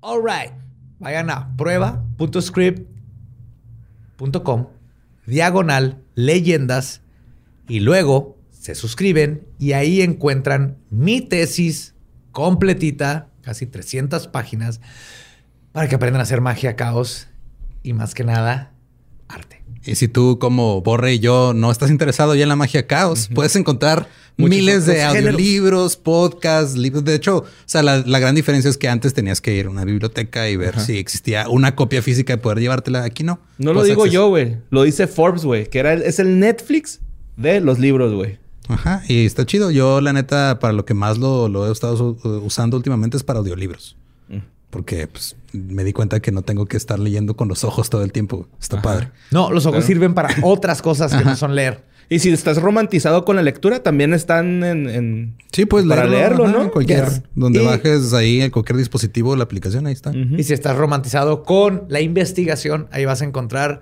All right. Vayan a prueba.script.com, diagonal, leyendas, y luego se suscriben y ahí encuentran mi tesis completita, casi 300 páginas, para que aprendan a hacer magia, caos y más que nada, arte. Y si tú, como Borre y yo, no estás interesado ya en la magia caos, puedes encontrar Muchos miles de otros géneros. audiolibros, podcasts, libros. De hecho, o sea, la, la gran diferencia es que antes tenías que ir a una biblioteca y ver si existía una copia física de poder llevártela. Aquí no. No lo Puedes digo acces- yo, güey. Lo dice Forbes, güey. Que era el- es el Netflix de los libros, güey. Ajá. Y está chido. Yo, la neta, para lo que más lo, lo he estado uh, usando últimamente es para audiolibros. Mm. Porque pues, me di cuenta que no tengo que estar leyendo con los ojos todo el tiempo. Está padre. No, los ojos sirven para otras cosas que no son leer. Y si estás romantizado con la lectura, también están en... en- Sí, pues Para leerlo, ajá, ¿no? en Cualquier, Yes. Donde Y- bajes ahí, en cualquier dispositivo, la aplicación, ahí está. Y si estás romantizado con la investigación, ahí vas a encontrar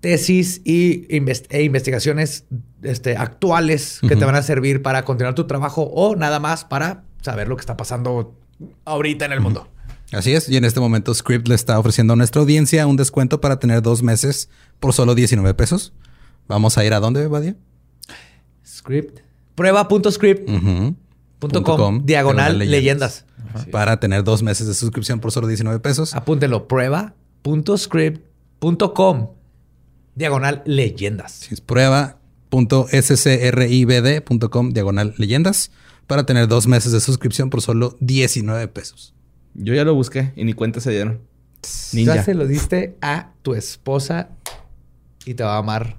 tesis y inves- e investigaciones este, actuales que te van a servir para continuar tu trabajo o nada más para saber lo que está pasando ahorita en el mundo. Así es. Y en este momento Script le está ofreciendo a nuestra audiencia un descuento para tener dos meses por solo 19 pesos. Vamos a ir a dónde, Badia? Script. Prueba.script.com Ujú. diagonal, leyendas. Para tener dos meses de suscripción por solo 19 Ah. pesos. Apúntelo. Prueba.script.com diagonal leyendas. Así es, prueba.scribd.com diagonal leyendas para tener dos meses de suscripción por solo 19 pesos. Yo ya lo busqué y ni cuenta se dieron. Ya Ninja. se lo diste a tu esposa y te va a amar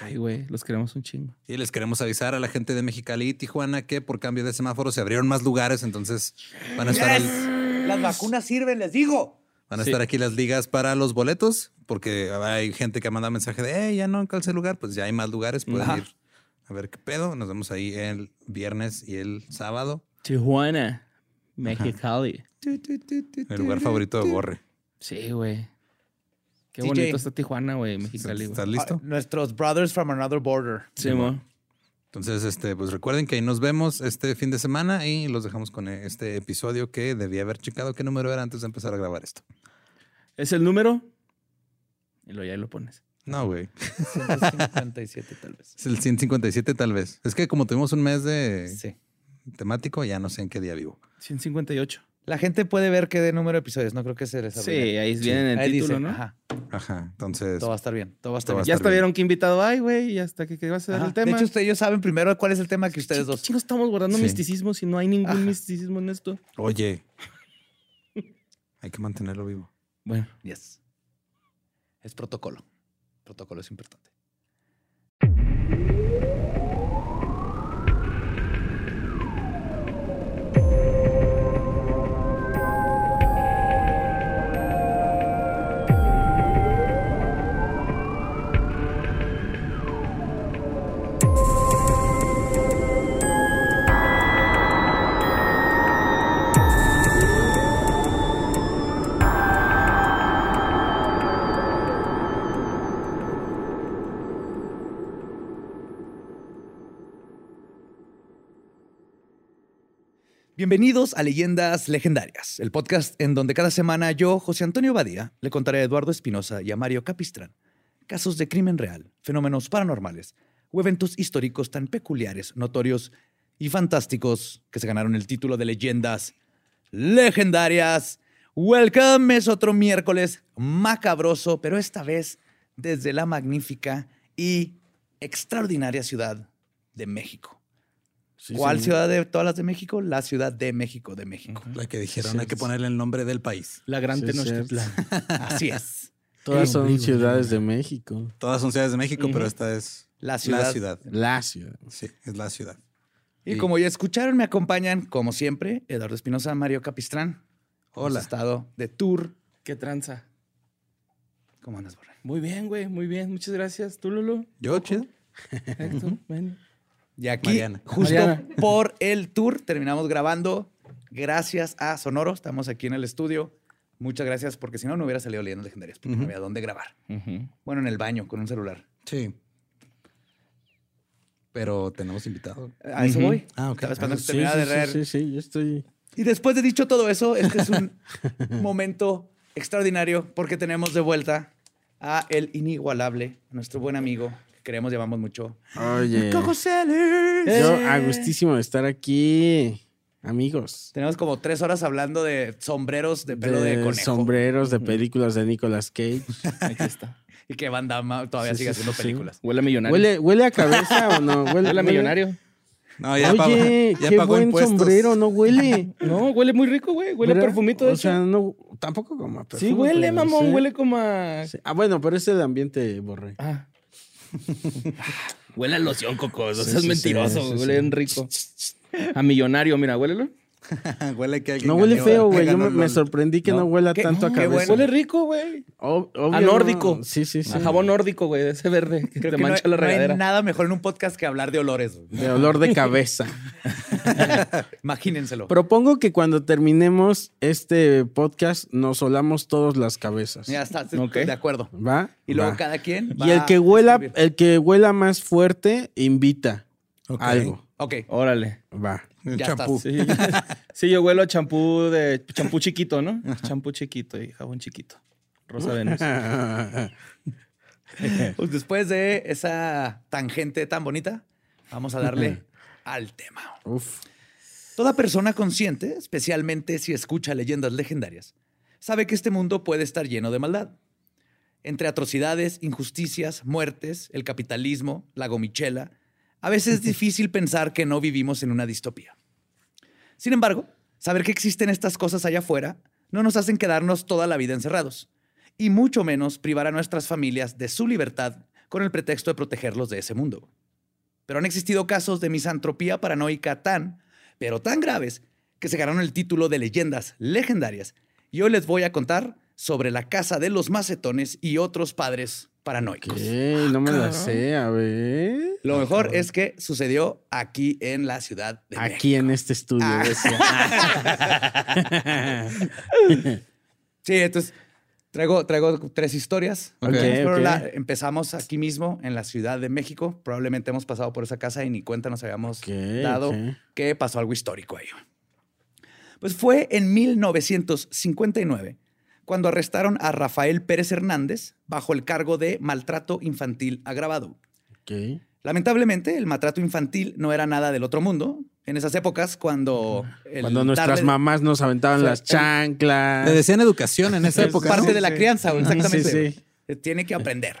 Ay, güey. Los queremos un chingo. Y les queremos avisar a la gente de Mexicali y Tijuana que por cambio de semáforo se abrieron más lugares, entonces van a estar, al- Las vacunas sirven, les digo. van a estar aquí las ligas para los boletos, porque hay gente que manda mensaje de, hey, ya no alcancé el lugar, pues ya hay más lugares, pueden Ajá. ir a ver qué pedo. Nos vemos ahí el viernes y el sábado. Tijuana, Mexicali. El lugar favorito de Borre. Sí, güey. Qué DJ. bonito está Tijuana, güey, Mexicali. güey. ¿Estás listo? nuestros brothers from another border. Sí, mo. Entonces, este, pues recuerden que ahí nos vemos este fin de semana y los dejamos con este episodio que debía haber checado qué número era antes de empezar a grabar esto. ¿Es el número? Y lo ya lo pones. No, güey. 157 tal vez. Es el 157 tal vez. Es que como tuvimos un mes de Sí. temático, ya no sé en qué día vivo. 158. La gente puede ver qué de número de episodios. No creo que se les Sí, arruine. ahí viene en el Ahí título, dice, ¿no? Ajá, Ajá. Entonces, todo va a estar bien. Todo va a estar Todo va bien. a estar Ya hasta bien. vieron qué invitado hay, güey. Y hasta que, que vas a hacer Ajá. el De tema. hecho, ustedes ellos saben primero cuál es el tema que ustedes Chi- dos. chingos, estamos guardando Sí. misticismo si no hay ningún Ajá. misticismo en esto. oye, hay que mantenerlo vivo. Bueno, Yes. Es protocolo. Protocolo es importante. Bienvenidos a Leyendas Legendarias, el podcast en donde cada semana yo, José Antonio Badía, le contaré a Eduardo Espinosa y a Mario Capistrán casos de crimen real, fenómenos paranormales o eventos históricos tan peculiares, notorios y fantásticos que se ganaron el título de Leyendas Legendarias. Welcome, es otro miércoles macabroso, pero esta vez desde la magnífica y extraordinaria ciudad de México. ¿Cuál ciudad de todas las de México? La Ciudad de México de México. La que dijeron hay que ponerle el nombre del país. La gran Sí, es cierto. Tenochtitlán. Así es. Todas son ciudades de México. Todas son ciudades de México, pero esta es La ciudad. La ciudad. La ciudad. Sí, es la ciudad. Y como ya escucharon, me acompañan, como siempre, Eduardo Espinosa, Mario Capistrán. Hola. estado de tour. ¿Qué tranza? ¿Cómo andas, Borre? Muy bien, güey, muy bien. Muchas gracias. ¿Tú, Lulu? Yo, chido. Héctor, ven. Y aquí, Mariana. justo Mariana. por el tour, terminamos grabando. Gracias a Sonoro, estamos aquí en el estudio. Muchas gracias, porque si no, no hubiera salido leyendo legendarias, porque no había dónde grabar. Bueno, en el baño, con un celular. Sí. Pero tenemos invitado. A eso voy. Ah, ok. Estaba esperando que Sí, terminara sí, de leer. sí, sí, sí, yo estoy. Y después de dicho todo eso, este es un momento extraordinario porque tenemos de vuelta a el inigualable, nuestro buen amigo, que queremos, llamamos mucho. Oye. Coco Celis. Yo a gustísimo de estar aquí, amigos. Tenemos como tres horas hablando de sombreros de pelo de, conejo. sombreros de películas de Nicolas Cage. Aquí está. Y que Van Damme todavía Sí, sigue sí, haciendo sí. películas. Huele a millonario. ¿Huele, ¿Huele a cabeza o no? Huele Huele, a huele- millonario. No, Oye, qué buen sombrero, no huele. No, huele muy rico, güey. Huele a ¿Verdad? perfumito, de O sea, hecho. no, tampoco como a perfume. sí, huele, pero mamón. sí. Huele como a... Sí. Ah, bueno, pero es el ambiente, Borré. Ah. huele a loción, Coco. O sea, Sí, es sí, mentiroso. sí, güey. sí, huele sí. bien rico. A millonario, mira, huélelo. huele que alguien No huele ganó- feo, güey. Yo ganó me, el me LOL. sorprendí que no, No. huela ¿Qué? tanto a No, cabeza. qué bueno. Huele rico, güey. Ob- obvio, A no. nórdico. Sí, sí, sí. A jabón nórdico, güey. Ese verde que Creo te que no mancha hay- la no hay regadera. nada mejor en un podcast que hablar de olores. De olor de cabeza. Imagínenselo. Propongo que cuando terminemos este podcast nos solamos todos las cabezas. ya está, Ok. de acuerdo. ¿Va? Y luego Va. cada quien. Y el que huela, el que huela más fuerte invita Ok. algo. Ok, Órale. Va. El Ya champú. estás. Sí. Sí, yo huelo a champú de champú chiquito, ¿no? Champú chiquito y jabón chiquito. Rosa Venus. pues después de esa tangente tan bonita, vamos a darle al tema. Uf. Toda persona consciente, especialmente si escucha leyendas legendarias, sabe que este mundo puede estar lleno de maldad. Entre atrocidades, injusticias, muertes, el capitalismo, la gomichela, a veces es difícil pensar que no vivimos en una distopía. Sin embargo, saber que existen estas cosas allá afuera no nos hacen quedarnos toda la vida encerrados, y mucho menos privar a nuestras familias de su libertad con el pretexto de protegerlos de ese mundo. Pero han existido casos de misantropía paranoica tan, pero tan graves, que se ganaron el título de leyendas legendarias. Y hoy les voy a contar sobre la casa de los macetones y otros padres paranoicos. ¿Qué? No me la sé, a ver. Lo mejor es que sucedió aquí en la ciudad de México. Aquí en este estudio. Ah. decía. Sí, entonces traigo, traigo tres historias. Ok, Pero ok. la- empezamos aquí mismo en la Ciudad de México. Probablemente hemos pasado por esa casa y ni cuenta nos habíamos Ok, dado ok. que pasó algo histórico ahí. Pues fue en 1959 cuando arrestaron a Rafael Pérez Hernández bajo el cargo de maltrato infantil agravado. Ok. Lamentablemente, el maltrato infantil no era nada del otro mundo. En esas épocas, cuando... el Cuando nuestras darle- mamás nos aventaban Sí, las el- chanclas. Le decían educación en esa Es época. parte ¿no? de la Sí. crianza, Ajá. exactamente. Sí, sí. Se Tiene que aprender.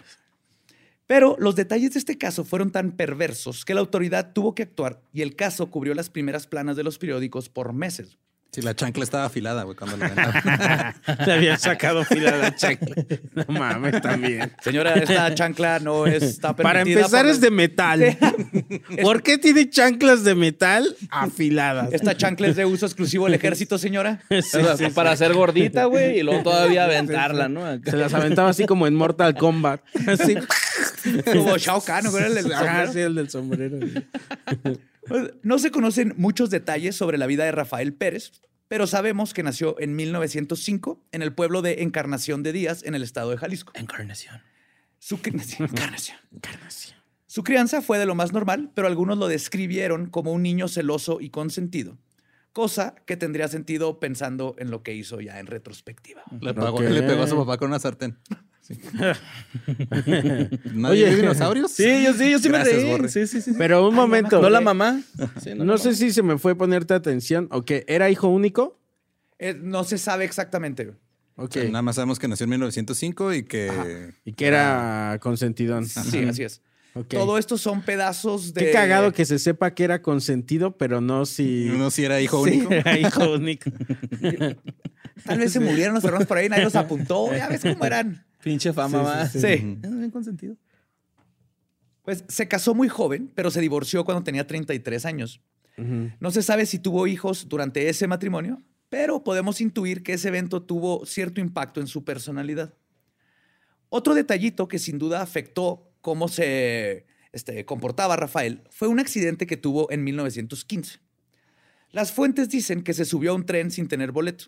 Pero los detalles de este caso fueron tan perversos que la autoridad tuvo que actuar y el caso cubrió las primeras planas de los periódicos por meses. Sí, la chancla estaba afilada, güey, cuando la aventaban. Te habían sacado fila la chancla. No mames, también. Señora, esta chancla no está permitida. Para empezar por- es de metal. ¿Por qué tiene chanclas de metal afiladas? Esta chancla es de uso exclusivo del ejército, señora. Sí, sí, sí. para ser gordita, güey, y luego todavía aventarla, ¿no? Se las aventaba así como en Mortal Kombat. Así. Como Shao Kahn, ¿no? El- el Ajá, sombrero. sí, el del sombrero. Pues, No se conocen muchos detalles sobre la vida de Rafael Pérez, pero sabemos que nació en 1905 en el pueblo de Encarnación de Díaz, en el estado de Jalisco. Encarnación. Su, cri- sí, Encarnación. Su crianza fue de lo más normal, pero algunos lo describieron como un niño celoso y consentido. cosa que tendría sentido pensando en lo que hizo ya en retrospectiva. Le, pagó- Ok. le pegó a su papá con una sartén. ¿Nadie Oye. vio dinosaurios? Sí, yo sí, yo sí Gracias, me reí. Borre. Sí, sí, sí, sí. Pero un momento. ¿No la eh, mamá? Sí, No, la sé mamá. si se me fue ponerte atención o que era hijo único. Eh, no se sabe exactamente. Ok. Nada más sabemos que nació en 1905 y que... Y que era consentidón. Sí, así es. Ok. Todo esto son pedazos de. Este, Qué cagado que se sepa que era consentido, pero no si. No si era hijo Sí, único. era hijo único. Tal vez se murieron los hermanos por ahí, nadie los apuntó. Ya ves cómo eran. Pinche fama, va. sí. Es bien consentido. Pues se casó muy joven, pero se divorció cuando tenía 33 años. Ujú. No se sabe si tuvo hijos durante ese matrimonio, pero podemos intuir que ese evento tuvo cierto impacto en su personalidad. Otro detallito que sin duda afectó cómo se este, comportaba Rafael fue un accidente que tuvo en 1915. Las fuentes dicen que se subió a un tren sin tener boleto.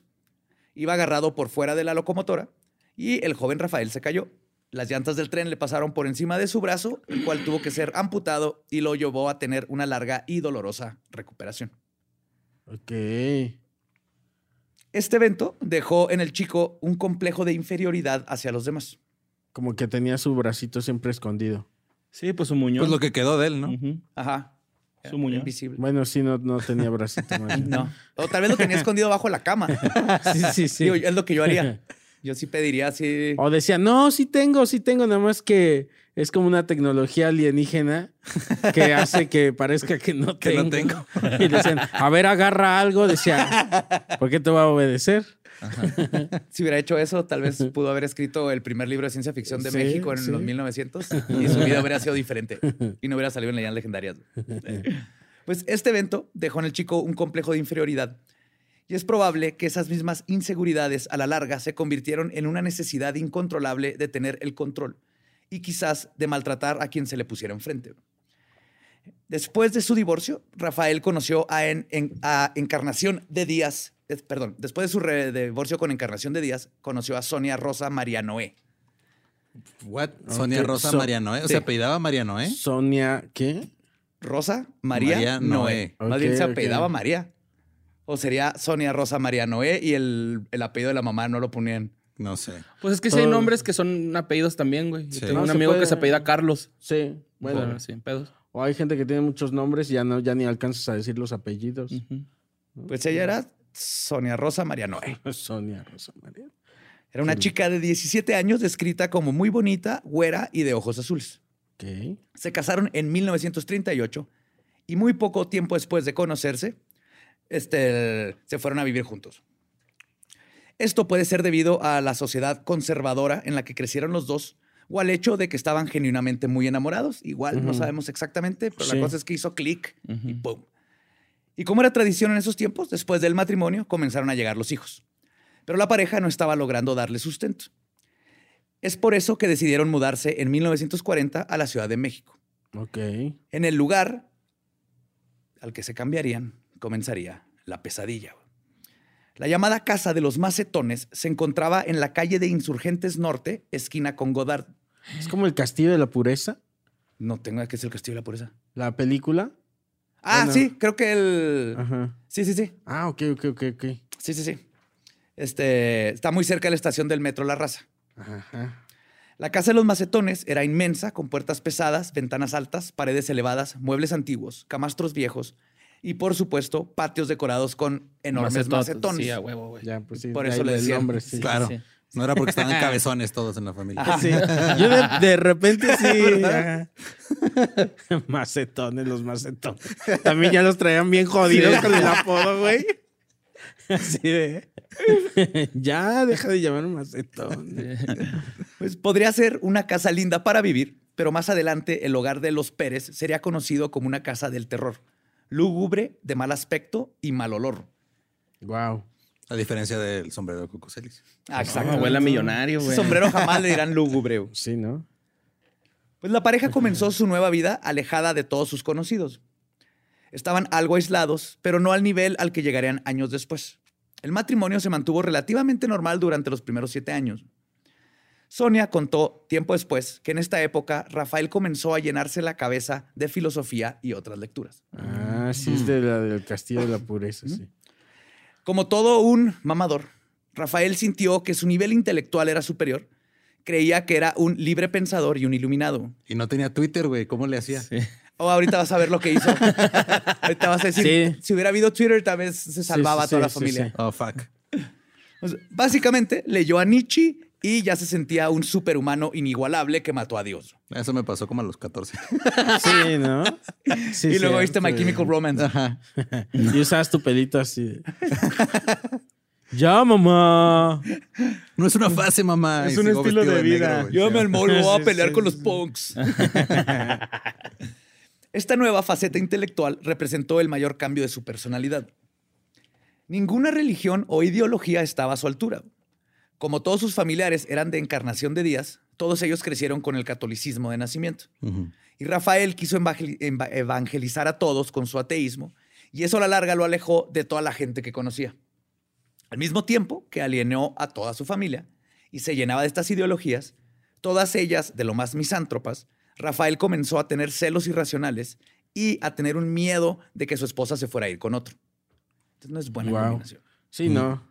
Iba agarrado por fuera de la locomotora y el joven Rafael se cayó. Las llantas del tren le pasaron por encima de su brazo, el cual tuvo que ser amputado y lo llevó a tener una larga y dolorosa recuperación. Ok. Este evento dejó en el chico un complejo de inferioridad hacia los demás. Como que tenía su bracito siempre escondido. Sí, pues su muñón. Pues lo que quedó de él, ¿no? Ujú. Ajá. Su muñón. Invisible. Bueno, sí, no, no tenía bracito. más bien. No. O tal vez lo tenía escondido bajo la cama. Sí, sí, sí. Digo, es lo que yo haría. Yo sí pediría así. O decía, no, sí tengo, sí tengo, nada más que es como una tecnología alienígena que hace que parezca que no Que tengo. no tengo. Y decían, a ver, agarra algo. Decía, ¿por qué te va a obedecer? Si hubiera hecho eso, tal vez pudo haber escrito el primer libro de ciencia ficción de Sí, México en sí. los 1900 y su vida hubiera sido diferente y no hubiera salido en leyendas legendarias. Pues este evento dejó en el chico un complejo de inferioridad y es probable que esas mismas inseguridades a la larga se convirtieron en una necesidad incontrolable de tener el control y quizás de maltratar a quien se le pusiera enfrente. Después de su divorcio, Rafael conoció a, En- En- a Encarnación de Díaz. eh, Perdón, después de su re- divorcio con Encarnación de Díaz, conoció a Sonia Rosa María Noé. What? Sonia Ok, Rosa so- Marianoe. O sí. sea, apellidaba ¿eh? Marianoe. Sonia, ¿qué? Rosa María, María Noé. Noé. Más bien Ok, se ok. apellidaba María. O sería Sonia Rosa María Noé y el, el apellido de la mamá no lo ponían. No sé. Pues es que sí hay Todo- nombres que son apellidos también, güey. Yo Sí. tengo No, un se amigo puede. que se apellida Carlos. Sí, bueno. Pero sí, pedos. O hay gente que tiene muchos nombres y ya, no, ya ni alcanzas a decir los apellidos. Ujú. Pues ella era Sonia Rosa María Noé. Sonia Rosa María. Era una Sí. chica de 17 años descrita como muy bonita, güera y de ojos azules. Ok. Se casaron en 1938 y muy poco tiempo después de conocerse, este, se fueron a vivir juntos. Esto puede ser debido a la sociedad conservadora en la que crecieron los dos o al hecho de que estaban genuinamente muy enamorados. Igual no Ujú. sabemos exactamente, pero Sí. la cosa es que hizo clic y Ujú. ¡pum! Y como era tradición en esos tiempos, después del matrimonio comenzaron a llegar los hijos. Pero la pareja no estaba logrando darle sustento. Es por eso que decidieron mudarse en 1940 a la Ciudad de México. Ok. En el lugar al que se cambiarían comenzaría la pesadilla. La llamada Casa de los Macetones se encontraba en la calle de Insurgentes Norte, esquina con Godard. Es como el castillo de la pureza, No tengo que es el castillo de la pureza. la película. Ah, Bueno. sí, creo que el. Ajá. Sí, sí, sí. Ah, ok, ok, ok, ok. Sí, sí, sí. Este, está muy cerca de la estación del metro La Raza. Ajá. La casa de los macetones era inmensa, con puertas pesadas, ventanas altas, paredes elevadas, muebles antiguos, camastros viejos y, por supuesto, patios decorados con enormes Macetot- macetones. Sí, a huevo, güey. Ya, pues sí. Por de eso ahí le el decían. nombre, sí. claro. sí. No era porque estaban cabezones todos en la familia. Sí. Yo de, de repente sí. ajá. macetones, los macetones. También ya los traían bien jodidos con el apodo, güey. Así de. ya, deja de llamar macetón. Pues podría ser una casa linda para vivir, pero más adelante el hogar de los Pérez sería conocido como una casa del terror, lúgubre, de mal aspecto y mal olor. Wow. A diferencia del sombrero de Cucucelis. Ah, Ah, abuela millonario, Ese güey. sombrero jamás le dirán lúgubre. güey. Sí, ¿no? Pues la pareja comenzó su nueva vida alejada de todos sus conocidos. Estaban algo aislados, pero no al nivel al que llegarían años después. El matrimonio se mantuvo relativamente normal durante los primeros siete años. Sonia contó tiempo después que en esta época Rafael comenzó a llenarse la cabeza de filosofía y otras lecturas. Mm. Ah, sí, es de la del castillo de la pureza, sí. Como todo un mamador, Rafael sintió que su nivel intelectual era superior. Creía que era un libre pensador y un iluminado. Y no tenía Twitter, güey. ¿Cómo le hacía? Oh, ahorita vas a ver lo que hizo. ahorita vas a decir, Sí. si hubiera habido Twitter, tal vez se salvaba sí, toda la sí, familia. sí. Oh, fuck. O sea, básicamente leyó a Nietzsche y ya se sentía un superhumano inigualable que mató a Dios. Eso me pasó como a los 14. Sí, ¿no? Sí, y luego cierto, viste My güey. Chemical Romance. Ajá. Y usabas tu pelito así. de- ya, mamá. No es una fase, mamá. Es Y un sigo estilo vestido de vida. güey. Yo me almorgo, voy a Sí, pelear sí, con sí, los sí. punks. Esta nueva faceta intelectual representó el mayor cambio de su personalidad. Ninguna religión o ideología estaba a su altura. Como todos sus familiares eran de encarnación de Díaz, todos ellos crecieron con el catolicismo de nacimiento. Ujú. Y Rafael quiso evangel- eva- evangelizar a todos con su ateísmo, y eso a la larga lo alejó de toda la gente que conocía. Al mismo tiempo que alienó a toda su familia y se llenaba de estas ideologías, todas ellas de lo más misántropas, Rafael comenzó a tener celos irracionales y a tener un miedo de que su esposa se fuera a ir con otro. Entonces no es buena Guau. combinación. Sí, no.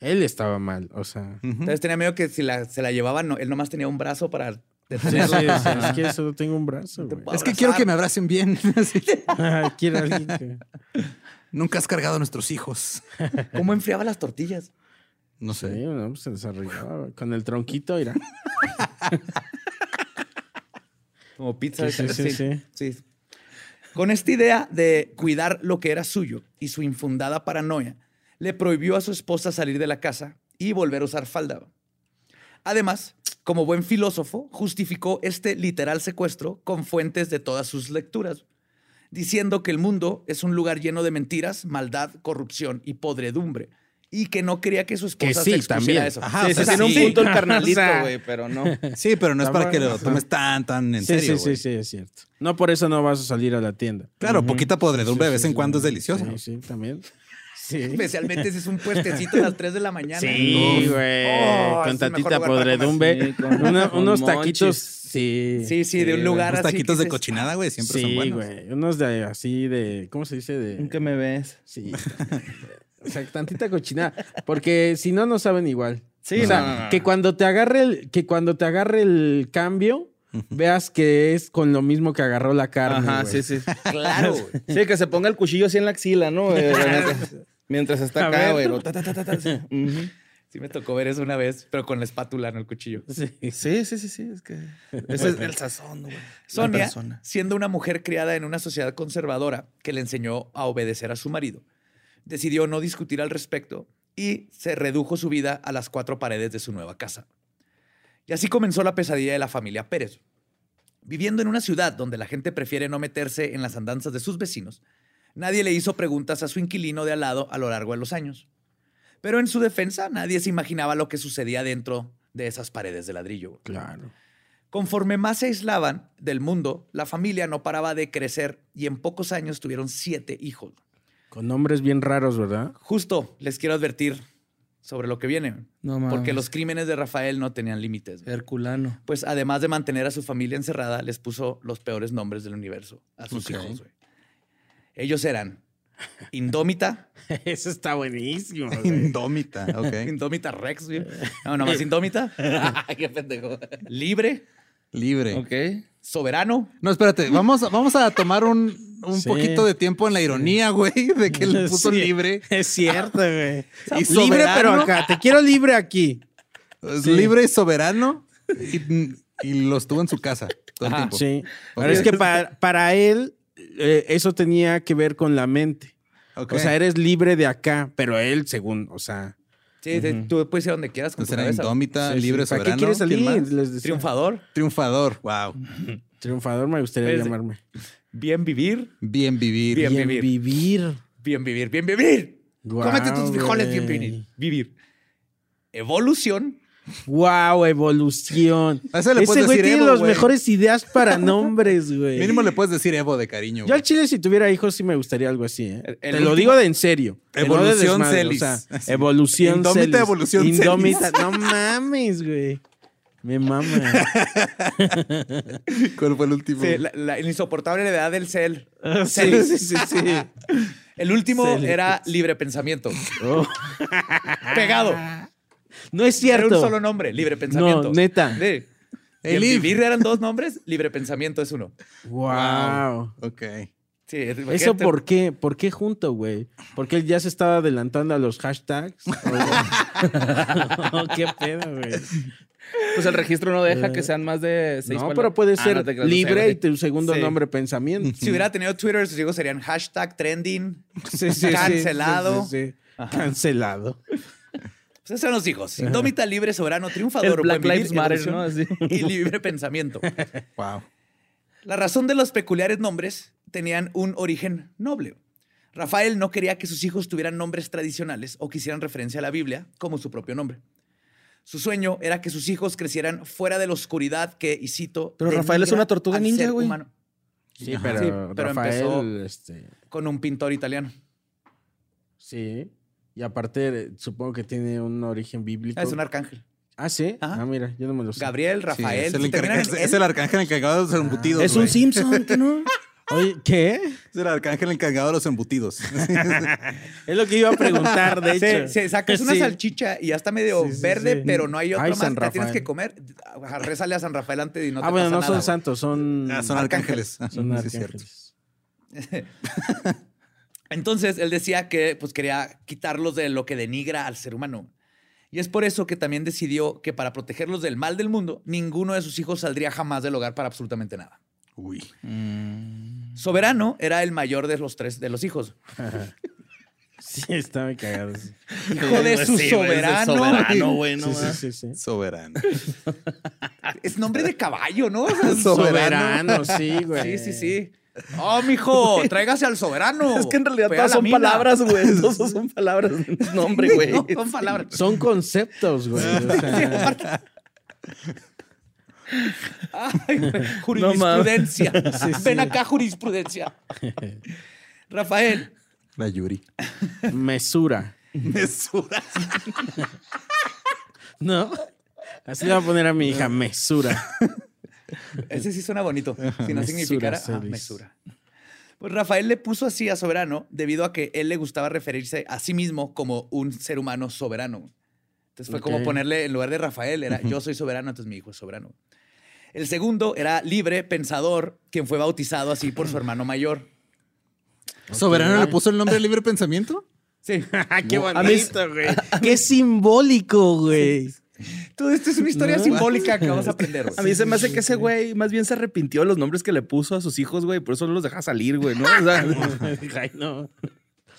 Él estaba mal, o sea. Entonces tenía miedo que si la- se la llevaban, no, él nomás tenía un brazo para Sí, sí, detenerla. sí, es que yo solo tengo un brazo, Te güey. puedo Es que quiero abrazar. que me abracen bien. Así. Ay, Quiero alguien que... Nunca has cargado a nuestros hijos. ¿Cómo enfriaba las tortillas? No Sí, sé. no, pues se desarrollaba güey. con el tronquito, mira. Como pizza. Sí, de- sí, sí, sí. Con esta idea de cuidar lo que era suyo y su infundada paranoia, le prohibió a su esposa salir de la casa y volver a usar falda. Además, como buen filósofo, justificó este literal secuestro con fuentes de todas sus lecturas, diciendo que el mundo es un lugar lleno de mentiras, maldad, corrupción y podredumbre, y que no quería que su esposa Que se sí, expusiera también. a eso. Ajá, o Sí, sea, sí, tiene un sí. punto el carnalito, O sea. güey, pero no. Sí, pero no es para que lo Ajá. tomes tan, tan en Sí, serio. sí, güey. sí, sí, es cierto. No por eso no vas a salir a la tienda. Claro, poquita podredumbre de Sí, vez sí, en sí. cuando es delicioso. Sí, sí, también. Sí. Especialmente si es un puestecito a las 3 de la mañana. Sí, Uf. Oh, es güey. con el mejor tantita lugar para comer. podredumbre. Sí, con- Una- con unos monchis. taquitos. Sí. Sí, sí, de un güey. lugar Los así que taquitos de dices, cochinada, güey, siempre son Sí, buenos. güey. Unos de así de. ¿Cómo se dice? De. Nunca me ves. Sí. O sea, tantita cochinada. Porque si no, no saben igual. Sí, o sea, no, no, no. que cuando te agarre el, que cuando te agarre el cambio, veas que es con lo mismo que agarró la carne. Ajá, güey. sí, sí. Claro. güey. Sí, que se ponga el cuchillo así en la axila, ¿no? Eh, mientras, mientras está A acá, ver. güey. lo ta, ta, ta, ta, ta, sí. Ujú. Sí me tocó ver eso una vez, pero con la espátula, no el cuchillo. Sí, sí, sí, sí. Es que ese es el sazón, güey. La Sonia, persona. siendo una mujer criada en una sociedad conservadora que le enseñó a obedecer a su marido, decidió no discutir al respecto y se redujo su vida a las cuatro paredes de su nueva casa. Y así comenzó la pesadilla de la familia Pérez. Viviendo en una ciudad donde la gente prefiere no meterse en las andanzas de sus vecinos, nadie le hizo preguntas a su inquilino de al lado a lo largo de los años. Pero en su defensa, nadie se imaginaba lo que sucedía dentro de esas paredes de ladrillo. güey. Claro. Conforme más se aislaban del mundo, la familia no paraba de crecer y en pocos años tuvieron siete hijos. Con nombres bien raros, ¿verdad? Justo les quiero advertir sobre lo que viene, No mames. porque los crímenes de Rafael no tenían límites. Herculano. Pues además de mantener a su familia encerrada, les puso los peores nombres del universo a sus Ok. hijos. güey. Ellos eran Indómita, Eso está buenísimo. güey. Indómita, ok. Indómita Rex, güey. no, nomás Indómita, Qué pendejo. Libre, Libre. Ok. Soberano, No, espérate, vamos, a- vamos a tomar un, un Sí. poquito de tiempo en la ironía, güey, de que le puso Sí. libre. Es cierto, güey. Y libre, pero soberano. acá. Te quiero libre aquí. Es Libre y soberano. Y, y los tuvo en su casa todo el tiempo. Sí. Ok. Pero es que para, para él, eh, eso tenía que ver con la mente. Ok. O sea, eres libre de acá, pero él, según, o sea. sí, sí, tú puedes ir donde quieras con tu Entonces era cabeza. indómita, sí, sí. libre, ¿Para soberano. qué quieres ¿Quién salir? más? Les decía. Triunfador, Triunfador, wow. Triunfador me gustaría Espérate. llamarme. bien vivir, Bien Pues, vivir. Bien Bien vivir. vivir. Bien vivir, bien vivir. Guau, Cómete tus frijoles, bien güey. vivir. Vivir. Evolución. Wow, evolución. A eso le Ese puedes güey decir tiene Evo, las güey. mejores ideas para nombres, güey. Mínimo le puedes decir Evo de cariño. Yo güey. al chile, si tuviera hijos, sí me gustaría algo así, ¿eh? El- Te el lo último- digo de en serio. que no de Evolución desmadre, Celis. o sea, evolución Indómita Celis. evolución Indómita. No mames, güey. Me mama. ¿Cuál fue el último? Sí, la, la insoportable heredad del cel. Ah, sí, sí, sí, sí. El último Cel. era libre pensamiento. Oh. Pegado. No es cierto. Era un solo nombre, libre pensamiento. No, neta. Sí. Y en Elif. vivir eran dos nombres, libre pensamiento es uno. Wow. Ok. Sí, es- ¿Eso imagínate. por qué? ¿Por qué junto, güey? ¿Porque él ya se estaba adelantando a los hashtags? ¿O- ¿Qué pedo, güey? Pues el registro no deja que sean más de seis No, palabras. pero puede Ah, ser no te creas, no sé, libre güey. y tu segundo Sí. nombre pensamiento. Si hubiera tenido Twitter, sus hijos serían hashtag trending. Sí, sí, sí, Cancelado. sí, sí, sí. Cancelado. Pues esos son los hijos. Indómita, libre, soberano, El triunfador. Black buen vivir, Lives Matter, ¿no? evolución Así. Y libre pensamiento. Wow. La razón de los peculiares nombres tenían un origen noble. Rafael no quería que sus hijos tuvieran nombres tradicionales o que hicieran referencia a la Biblia como su propio nombre. Su sueño era que sus hijos crecieran fuera de la oscuridad que, y cito, Pero Rafael es denigra una tortuga al ninja, ser güey. humano, Sí, Ajá. pero, Sí, pero Rafael, empezó- este, Con un pintor italiano. sí. Y aparte, eh, supongo que tiene un origen bíblico. Ah, Es un arcángel. Ah, sí. Ajá. Ah, mira, yo no me lo sé. Gabriel, Sí, Rafael. es, el si terminan encarga- es- en es él, el arcángel encargado de los embutidos. Ah. Es un güey. Simpson, ¿qué no? Oye, ¿qué? Es el arcángel encargado de los embutidos. Mm, Es lo que iba a preguntar, de se- hecho. se sacas una Sí. salchicha y ya está medio Sí, sí, verde, sí. pero no hay otra Ay, más. San La tienes Rafael. que comer. Ajá, Rézale a San Rafael antes y no ah, te bueno, pasa no son nada, güey. santos, son... Ah, son arcángeles. Ah, Son sí, es cierto. arcángeles. Entonces, él decía que pues, quería quitarlos de lo que denigra al ser humano. Y es por eso que también decidió que para protegerlos del mal del mundo, ninguno de sus hijos saldría jamás del hogar para absolutamente nada. Uy. Soberano era el mayor de los tres de los hijos. Sí, está muy cagado. sí. Hijo de Pues su Sí, güey, es de soberano. soberano, güey, no Sí, sí, más. sí, sí. Soberano. Es nombre de caballo, ¿no? O sea, es- Soberano, sí, sí, güey. sí, sí. Oh, mijo, tráigase al soberano. Es que en realidad Ve a todas la son mina. palabras, güey. Todas son palabras. Nombre, güey. No, son palabras. Son conceptos, güey. o sea, Ah. Ay, güey, jurisprudencia. Sí, sí. Ven acá, jurisprudencia. Rafael, La Yuri. mesura. Mesura. ¿No? Así le voy a poner a mi hija, mesura. ese sí suena bonito. Si no Mesura, significara ah, Celis. mesura. Pues Rafael le puso así a soberano debido a que él le gustaba referirse a sí mismo como un ser humano soberano. Entonces fue como Ok. ponerle, en lugar de Rafael, era yo soy soberano, entonces mi hijo es soberano. El segundo era libre, pensador, quien fue bautizado así por su hermano mayor. ¿Soberano le puso el nombre de libre pensamiento? Sí. Ah, Qué bonito, güey. Qué simbólico, güey. Todo esto es una historia No. simbólica que vamos a aprender. güey. A mí se me hace que ese güey más bien se arrepintió de los nombres que le puso a sus hijos, güey. Por eso no los deja salir, güey, ¿no? O sea, Ay, no.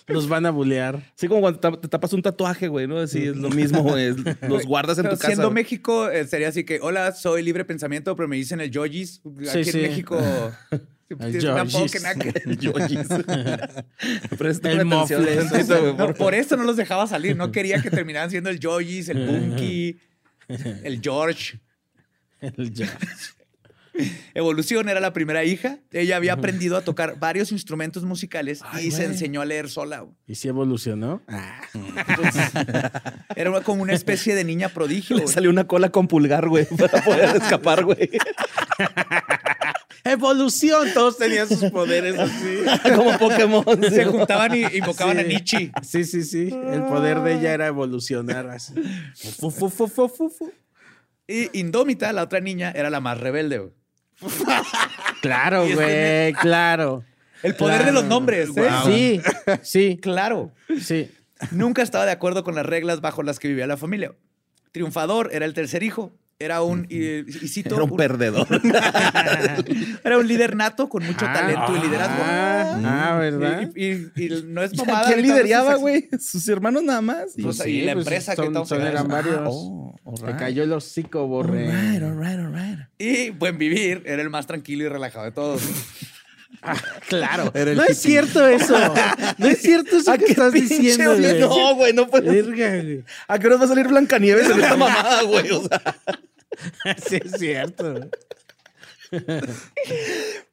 Los van a bulear. así como cuando tap- te tapas un tatuaje, güey, ¿no? Así es lo mismo, güey. es- Los guardas en Pero tu casa. Siendo güey. México, eh, sería así que, hola, soy libre pensamiento, pero me dicen el Yojis. Aquí Sí, en sí. México. El tiene un apodo Yojis. que nada que- Yoyis. Presta El atención mofle. tantito, güey, No, por- por eso no los dejaba salir. No quería que terminaran siendo el Yojis, el Punky, el George. El ya. Evolución era la primera hija. Ella había aprendido a tocar varios instrumentos musicales y se enseñó a leer sola. güey. ¿Y si evolucionó? Era una- como una especie de niña prodigio. Le güey. salió una cola con pulgar, güey, para poder escapar, güey. ¡Evolución! Todos tenían sus poderes así. Como Pokémon. sí, Se güey. juntaban y invocaban Sí. a Nietzsche. Sí, sí, sí. El poder de ella era evolucionar así. Fu, fu, fu, fu, fu, fu. Y Indómita, la otra niña, era la más rebelde. güey. Claro, güey, claro. El poder de los nombres. ¿eh? Sí, sí, Claro. sí. Nunca estaba de acuerdo con las reglas bajo las que vivía la familia. Triunfador era el tercer hijo. Era un, y- y cito, Era un un- perdedor. era un líder nato con mucho talento y liderazgo. Ah, ah, ¿verdad? Y, y- y- y no es ¿A mamada. quién ahorita lideraba, versus- güey? Sus hermanos nada más. Pues, Pues y sí, la pues, empresa que son- estamos son hablando. Ah, eran varios. Oh, all Te right. Ah, cayó el hocico, borre. Y Buen Vivir era el más tranquilo y relajado de todos. Claro. Era el no es hippie. cierto eso. No es cierto eso que estás Pinche diciendo. odio. güey. No, güey, no puede. Verga, güey. ¿A qué hora va a salir Blancanieves en esta mamada, güey? O sea, Sí, es cierto.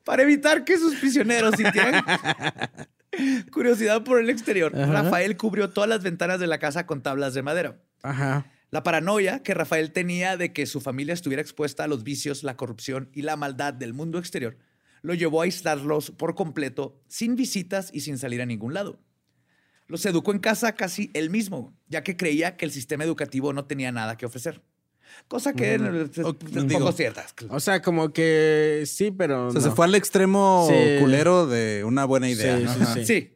Para evitar que sus prisioneros sintieran curiosidad por el exterior, Rafael cubrió todas las ventanas de la casa con tablas de madera. Ajá. La paranoia que Rafael tenía de que su familia estuviera expuesta a los vicios, la corrupción y la maldad del mundo exterior lo llevó a aislarlos por completo, sin visitas y sin salir a ningún lado. Los educó en casa casi él mismo, ya que creía que el sistema educativo no tenía nada que ofrecer. Cosa que eh, es O- un Mm, digo, poco cierta. O sea, como que sí, pero. O sea, no. se fue al extremo Sí. culero de una buena idea. Sí, ¿no? sí, Ajá. sí. Sí.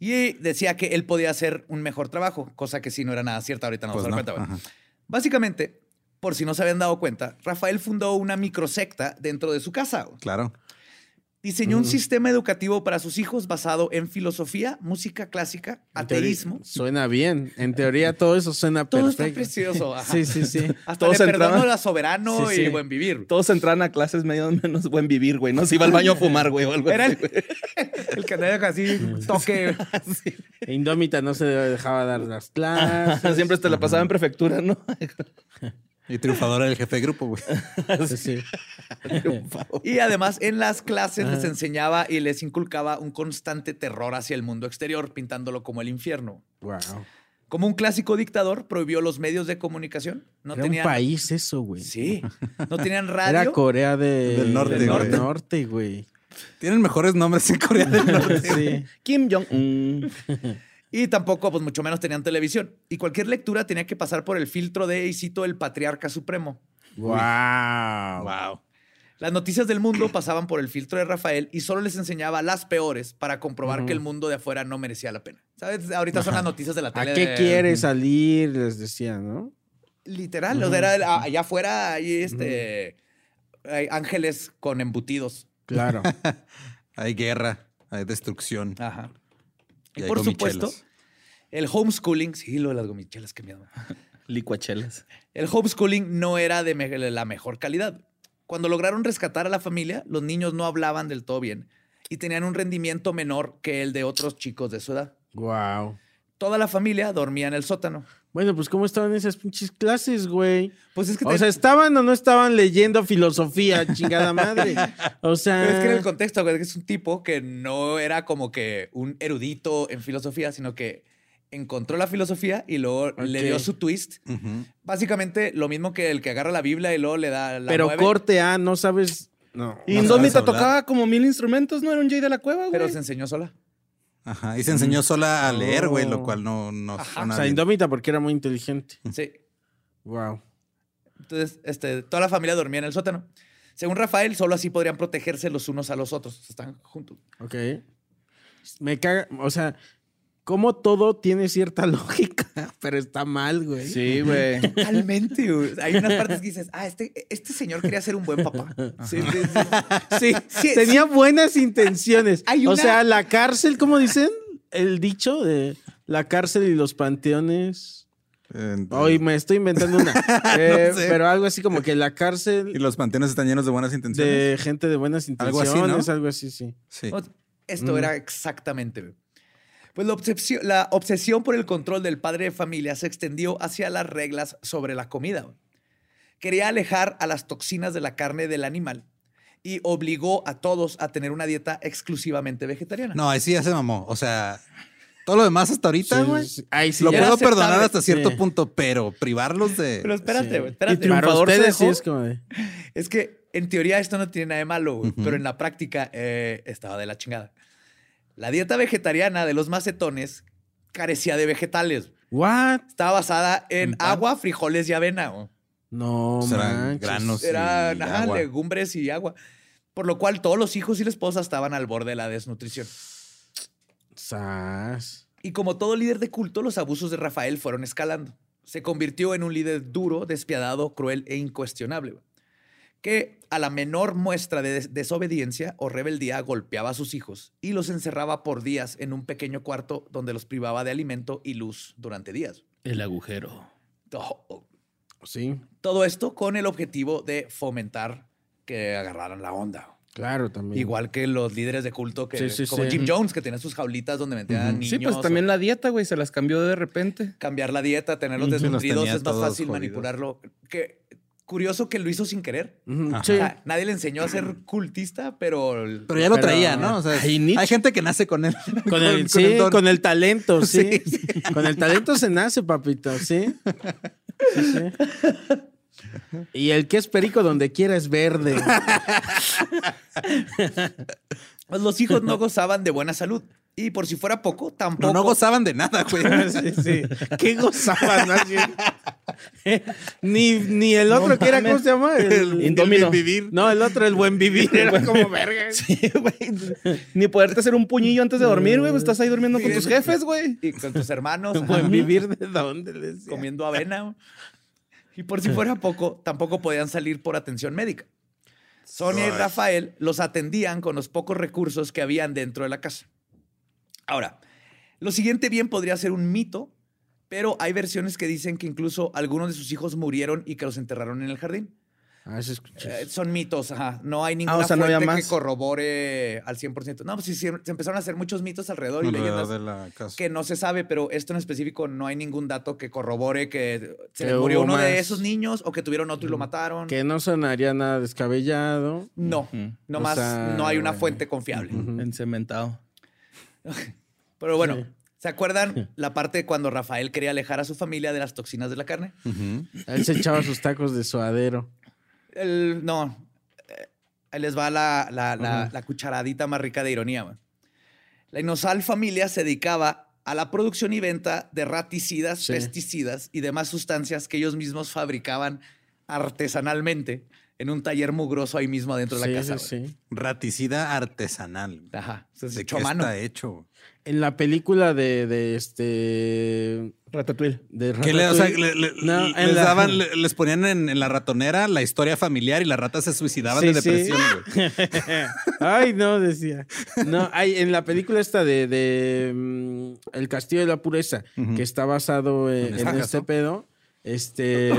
Y decía que él podía hacer un mejor trabajo, cosa que sí no era nada cierta. Ahorita no vamos Pues a dar no, cuenta. güey. ajá. Básicamente, por si no se habían dado cuenta, Rafael fundó una microsecta dentro de su casa. güey. Claro. Diseñó un sistema educativo para sus hijos basado en filosofía, música clásica, En teoría- ateísmo. Suena bien. En teoría, todo eso suena Todo está perfecto. precioso. ajá. sí, sí, sí. Hasta Todos le perdono entraban- a soberano Sí, sí. y buen vivir. Todos entraban a clases medio menos buen vivir, güey. No se iba al baño a fumar, güey. o algo Era así, el, güey. el candidato así toque. Indómita no se dejaba dar las clases. Siempre te la pasaba en prefectura, ¿no? Y triunfadora del jefe de grupo, güey. Sí, sí. Y además en las clases les enseñaba y les inculcaba un constante terror hacia el mundo exterior, pintándolo como el infierno. Wow. Como un clásico dictador, prohibió los medios de comunicación. No Era tenían, un país eso, güey. Sí, no tenían Era radio. Corea de- Del norte, del güey. norte, güey. Tienen mejores nombres en Corea del Norte. Sí. Kim Jong-un. y tampoco, pues mucho menos tenían televisión. Y cualquier lectura tenía que pasar por el filtro de, y cito, el patriarca supremo. Wow. Las noticias del mundo pasaban por el filtro de Rafael y solo les enseñaba las peores para comprobar que el mundo de afuera no merecía la pena. ¿Sabes? Ahorita son las noticias de la ¿A tele. qué de- quiere salir? Les decía, ¿no? Literal, o sea, era el- a- allá afuera hay este hay ángeles con embutidos. Claro. Hay guerra, hay destrucción. Ajá. Y Y, hay por supuesto, gomichelas. el homeschooling, sí, lo de las gomichelas, qué miedo. Licuachelas. El homeschooling no era de me- la mejor calidad. Cuando lograron rescatar a la familia, los niños no hablaban del todo bien y tenían un rendimiento menor que el de otros chicos de su edad. wow. Toda la familia dormía en el sótano. Bueno, pues, ¿cómo estaban esas pinches clases, güey? Pues es que, O te- sea, ¿estaban o no estaban leyendo filosofía, chingada madre? O sea. pero es que era el contexto, güey, que es un tipo que no era como que un erudito en filosofía, sino que encontró la filosofía y luego le Ok. dio su twist. Ujú. Básicamente lo mismo que el que agarra la Biblia y luego le da la pero mueve, corte A, no sabes. No. No sabes Indómita hablar. tocaba como mil instrumentos, ¿no? Era un Jay de la cueva, pero güey. se enseñó sola. Ajá. Y se enseñó sola a leer, güey, lo Oh. cual no, no O suena sea, bien. indómita porque era muy inteligente. Sí. Wow. Entonces, este, toda la familia dormía en el sótano. Según Rafael, solo así podrían protegerse los unos a los otros. Están juntos. Ok. Me caga. O sea, como todo tiene cierta lógica, pero está mal, güey. Sí, güey. Totalmente. güey. Hay unas partes que dices, ah, este, este señor quería ser un buen papá. Sí, sí, sí. Sí, sí, Tenía buenas intenciones. Hay O una- sea, la cárcel, ¿cómo dicen? El dicho de la cárcel y los panteones. Eh, Hoy me estoy inventando una. Eh, sé. Pero algo así como que la Y cárcel los panteones están llenos de buenas intenciones. de gente de buenas Algo así, intenciones, ¿no? algo así, sí. Mm. Sí. No, Esto era exactamente. güey. Pues la obsesión, la obsesión por el control del padre de familia se extendió hacia las reglas sobre la comida. güey. Quería alejar a las toxinas de la carne del animal y obligó a todos a tener una dieta exclusivamente vegetariana. No, ahí sí ya se mamó. O sea, todo lo demás hasta ahorita, Sí, güey. sí. Ay, sí, lo ya. puedo aceptable. perdonar hasta cierto Sí. punto, pero privarlos de. Pero espérate, Sí. güey, Y espérate. triunfador Para se ustedes dejó. sí es como de- Es que en teoría esto no tiene nada de malo, güey, Ujú. pero en la práctica eh, estaba de la chingada. La dieta vegetariana de los macetones carecía de vegetales. ¿What? Estaba basada en agua, frijoles y avena. güey. No, Pues eran man. granos. Sí, Eran ajá, agua. legumbres y agua. Por lo cual todos los hijos y la esposa estaban al borde de la desnutrición. Sas. Y como todo líder de culto, los abusos de Rafael fueron escalando. Se convirtió en un líder duro, despiadado, cruel e incuestionable, que a la menor muestra de des- desobediencia o rebeldía golpeaba a sus hijos y los encerraba por días en un pequeño cuarto donde los privaba de alimento y luz durante días. Oh, El agujero. To- Sí, Todo esto con el objetivo de fomentar que agarraran la onda. claro, también. Igual que los líderes de culto que, Sí, sí, como sí. Jim Jones, que tenía sus jaulitas donde metían niños. Sí, pues o- también la dieta, güey, se las cambió de repente. cambiar la dieta, tenerlos Sí, los desnutridos, tenía es más todos fácil jodidos. manipularlo. Que, curioso que lo hizo sin querer. Ujú, Ajá. O Sí. sea, nadie le enseñó a ser cultista, pero... el- Pero ya lo Pero- traía, ¿no? O sea, Ay, Nietzsche. hay gente que nace con él. Con el, sí, don. con el talento, sí. Con el talento se nace, papito, sí. Y el que es perico donde quiera es verde. Pues los hijos no gozaban de buena salud. Y por si fuera poco, tampoco. No, no gozaban de nada, güey. sí, sí. Qué gozaban, más bien. ni, ni el otro que era, ¿cómo se llama? El, Indómino. el buen vivir. No, el otro, el buen vivir. Era como verga. Sí, güey. Ni poderte hacer un puñillo antes de dormir, güey. pues Estás ahí durmiendo con tus jefes, güey. Y con tus hermanos. ajá, Buen vivir de dónde les Comiendo avena. Y por si fuera poco, tampoco podían salir por atención médica. Sonia y Rafael los atendían con los pocos recursos que habían dentro de la casa. Ahora, lo siguiente bien podría ser un mito, pero hay versiones que dicen que incluso algunos de sus hijos murieron y que los enterraron en el jardín. Ah, eso escuché. Eh, son mitos, ajá. No hay ninguna Ah, o sea, no había fuente que más. corrobore al 100%. No, pues sí, sí, se empezaron a hacer muchos mitos alrededor y Alrededor leyendas de la casa. que no se sabe, pero esto en específico no hay ningún dato que corrobore que se Que le murió hubo uno de más. esos niños o que tuvieron otro y lo mataron. Que no sonaría nada descabellado. No, nomás O sea, eh, no hay una bueno. fuente confiable. Encementado. Pero bueno, ¿se acuerdan la parte de cuando Rafael quería alejar a su familia de las toxinas de la carne? Él se echaba sus tacos de suadero. El- no, eh, ahí les va la, la- la- la cucharadita más rica de ironía. güey. La inosal familia se dedicaba a la producción y venta de raticidas, Sí. pesticidas y demás sustancias que ellos mismos fabricaban artesanalmente en un taller mugroso ahí mismo adentro de Sí, la casa. sí, güey. sí. Raticida artesanal. güey. Ajá, se ¿De echó qué a mano. está hecho? güey? En la película de, de este. Ratatouille. De ¿Qué le, o sea, le- Ratatouille. le- No, les, en la- daban- le- les ponían en, en la ratonera la historia familiar y las ratas se suicidaban Sí, de sí. depresión, güey. Ay, no, decía. No, hay en la película esta de, de, mm, El Castillo de la Pureza, que está basado eh, en, estacas, este ¿no? pedo. Este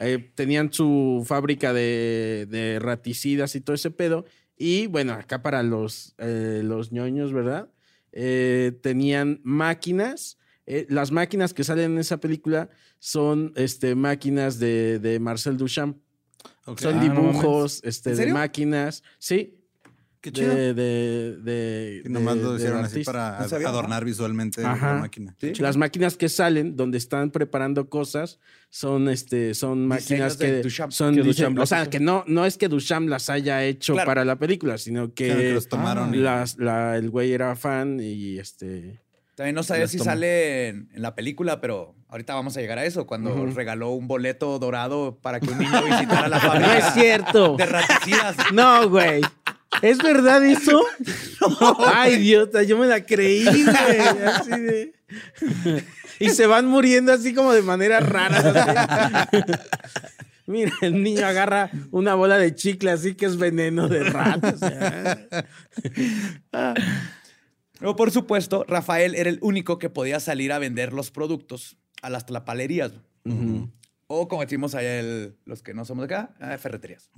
eh, tenían su fábrica de, de raticidas y todo ese pedo. Y bueno, acá para los, eh, los ñoños, ¿verdad? Eh, tenían máquinas. eh, las máquinas que salen en esa película son este, máquinas de, de Marcel Duchamp. Ok. Son Ah, no mames. dibujos este, ¿En de serio? máquinas. Sí, Qué de- chido. De, de, de- Y nomás lo del hicieron así artista. para No sabía. adornar visualmente Ajá. la máquina. Sí. Las máquinas que salen, donde están preparando cosas, son este, son Diseños máquinas de que Duchamp. son Que dise- Duchamp o las sea hizo. que no, no es que Duchamp las haya hecho Claro. para la película, sino que, Claro, que los tomaron y- las- la- el güey era fan y este También no sabía Las si tomo. sale en, en la película, pero ahorita vamos a llegar a eso. Cuando Ujú. regaló un boleto dorado para que un niño visitara la fábrica. no es cierto. De raticidas. No, güey. ¿Es verdad eso? Ay, idiota, yo me la creí, güey. Así de. Y se van muriendo así como de manera rara. así. Mira, el niño agarra una bola de chicle así que es veneno de rato. o sea. Pero por supuesto, Rafael era el único que podía salir a vender los productos a las tlapalerías. O como decimos allá el- los que no somos de acá, a ferreterías.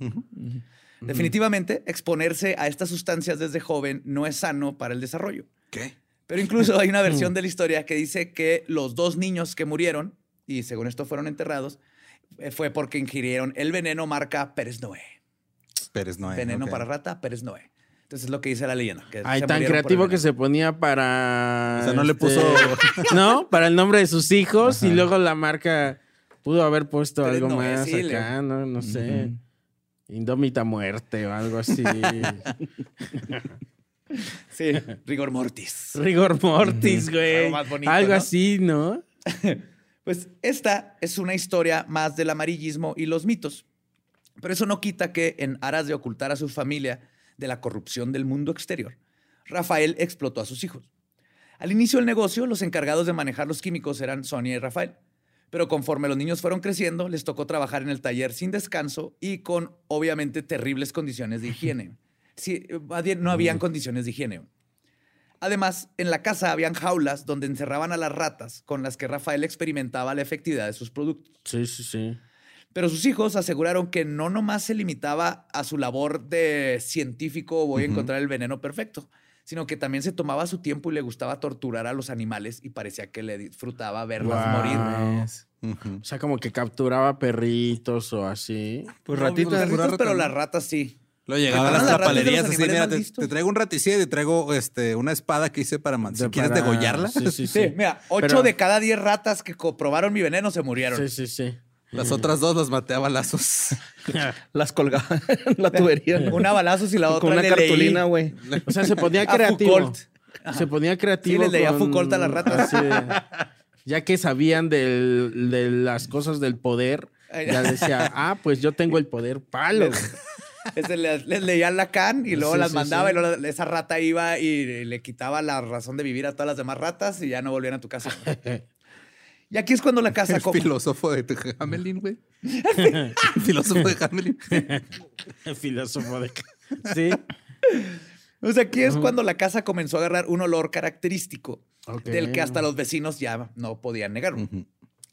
Definitivamente, exponerse a estas sustancias desde joven no es sano para el desarrollo. ¿Qué? Pero incluso hay una Mm. versión de la historia que dice que los dos niños que murieron, y según esto fueron enterrados, eh, fue porque ingirieron el veneno marca Pérez Noé. Pérez Noé. veneno ok. para rata, Pérez Noé. Entonces es lo que dice la leyenda. que Ay, se tan murieron por creativo el que veneno. se ponía para. este, O sea, no le puso- No, para el nombre de sus hijos y luego la marca pudo haber puesto Pero algo no es, más sí, le- acá, no, no Mm. sé. Pues Indómita muerte o algo así. Sí, rigor mortis. Rigor mortis, güey. Algo más bonito, Algo ¿no? así, ¿no? Pues esta es una historia más del amarillismo y los mitos. Pero eso no quita que, en aras de ocultar a su familia de la corrupción del mundo exterior, Rafael explotó a sus hijos. Al inicio del negocio, los encargados de manejar los químicos eran Sonia y Rafael. Pero conforme los niños fueron creciendo, les tocó trabajar en el taller sin descanso y con, obviamente, terribles condiciones de higiene. Sí, eh, más bien, no Mm. habían condiciones de higiene. Además, en la casa habían jaulas donde encerraban a las ratas con las que Rafael experimentaba la efectividad de sus productos. Sí, sí, sí. Pero sus hijos aseguraron que no nomás se limitaba a su labor de científico voy a encontrar el veneno perfecto, sino que también se tomaba su tiempo y le gustaba torturar a los animales y parecía que le disfrutaba verlas Guau. morir. Ujú. O sea, como que capturaba perritos o así. Pues No, ratito, los de perritos, rata, pero ¿no? las ratas sí. Luego llegaban Ah, las las ratas de trapalerías los así, animales mira, más te, listos. te traigo un raticida y te traigo este, una espada que hice para matar. Si De- quieres para- degollarla. Sí, sí, sí. Sí, mira, ocho Pero- de cada diez ratas que co- probaron mi veneno se murieron. Sí, sí, sí. Las otras dos las maté a balazos. Las colgaban en la tubería. Una balazos y la otra con una le leí cartulina, güey. O sea, se ponía A creativo. Foucault. Se ponía creativo. Sí, les leía con- Foucault a las ratas. así de- ya que sabían del- de las cosas del poder, Ay. ya decía, ah, pues yo tengo el poder palo. Este, les, les leía Lacan y luego Sí, las sí, mandaba sí. y luego la- esa rata iba y le quitaba la razón de vivir a todas las demás ratas y ya no volvían a tu casa. y aquí es cuando la casa... El co- filósofo de Hamelin, güey. El filósofo de Hamelin. Filósofo de... Sí. O sea, aquí es cuando la casa comenzó a agarrar un olor característico Ok. del que hasta los vecinos ya no podían negarlo.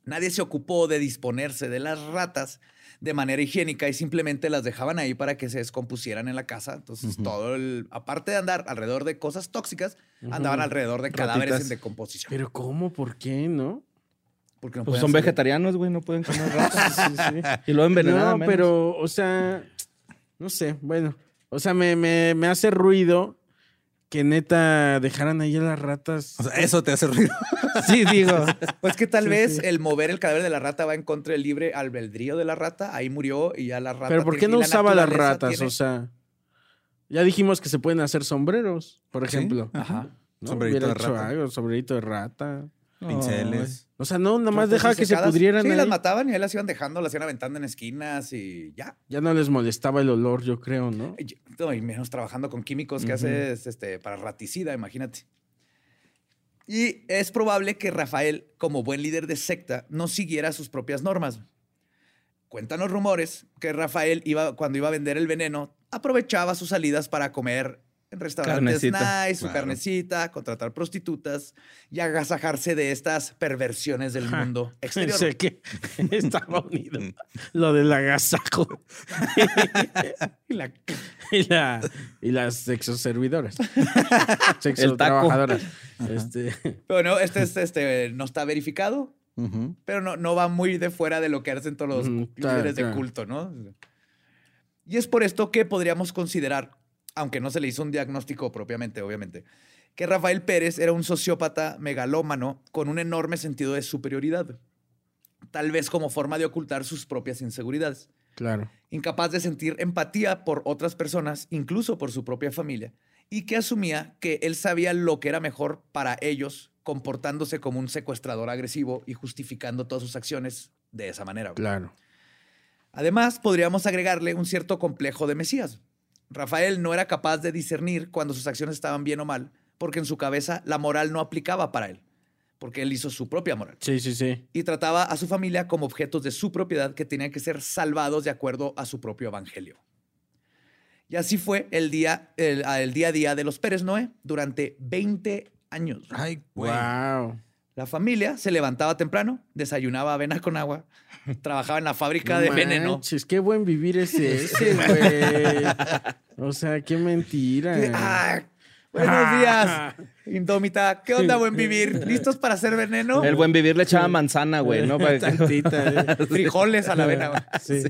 Nadie se ocupó de disponerse de las ratas de manera higiénica y simplemente las dejaban ahí para que se descompusieran en la casa. Entonces, todo el, aparte de andar alrededor de cosas tóxicas, andaban alrededor de cadáveres en Ratitas. decomposición. Pero ¿cómo? ¿por qué? ¿No? Porque no Pues pueden son hacer- vegetarianos, güey, no pueden comer ratas. Y lo envenenan. No, pero, o sea, no sé, bueno. O sea, me, me, me hace ruido que neta dejaran ahí a las ratas. O sea, eso te hace ruido. sí, digo. Pues que tal Sí, vez sí. el mover el cadáver de la rata va en contra del libre albedrío de la rata. Ahí murió y ya la rata. Pero ¿por tiene- qué no y la usaba las naturaleza ratas? tiene- O sea, ya dijimos que se pueden hacer sombreros, por Sí, ejemplo. ajá. ¿No? Sombrerito Hubiera de hecho rata. algo, sombrerito de rata. Pinceles. O sea, no, nada más ratas dejaba que se disecadas. pudrieran. Sí, ahí. las mataban y ahí las iban dejando, las iban aventando en esquinas y ya. Ya no les molestaba el olor, yo creo, ¿no? Y- no, y menos trabajando con químicos que haces este, para raticida, imagínate. Y es probable que Rafael, como buen líder de secta, no siguiera sus propias normas. Cuentan los rumores que Rafael, iba, cuando iba a vender el veneno, aprovechaba sus salidas para comer en restaurantes Carnecita, nice, su carnecita, contratar prostitutas y agasajarse de estas perversiones del mundo exterior. Pensé que estaba unido. Lo del agasajo. y, la, y, la- y las sexoservidoras. El taco. Sexotrabajadoras. Este, Pero no, este, este, este no está verificado, pero no, no va muy de fuera de lo que hacen todos los Ujú, claro, líderes de claro. culto, ¿no? Y es por esto que podríamos considerar, aunque no se le hizo un diagnóstico propiamente, obviamente, que Rafael Pérez era un sociópata megalómano con un enorme sentido de superioridad, tal vez como forma de ocultar sus propias inseguridades claro. incapaz de sentir empatía por otras personas, incluso por su propia familia, y que asumía que él sabía lo que era mejor para ellos, comportándose como un secuestrador agresivo y justificando todas sus acciones de esa manera. güey. Claro. Además, podríamos agregarle un cierto complejo de Mesías. Rafael no era capaz de discernir cuando sus acciones estaban bien o mal, porque en su cabeza la moral no aplicaba para él, porque él hizo su propia moral Sí, sí, sí. y trataba a su familia como objetos de su propiedad que tenían que ser salvados de acuerdo a su propio evangelio. Y así fue el día, el, el día a día de los Pérez Noé durante 20 años. Ay, güey. Wow. La familia se levantaba temprano, desayunaba avena con agua, trabajaba en la fábrica de No veneno. manches, qué buen vivir ese, ese, güey. O sea, qué mentira. Ah, buenos días, Indómita. ¿Qué onda, buen vivir? ¿Listos para hacer veneno? El buen vivir le echaba manzana, güey, ¿no? Para que- Tantita, eh. Frijoles a la avena. güey. Sí.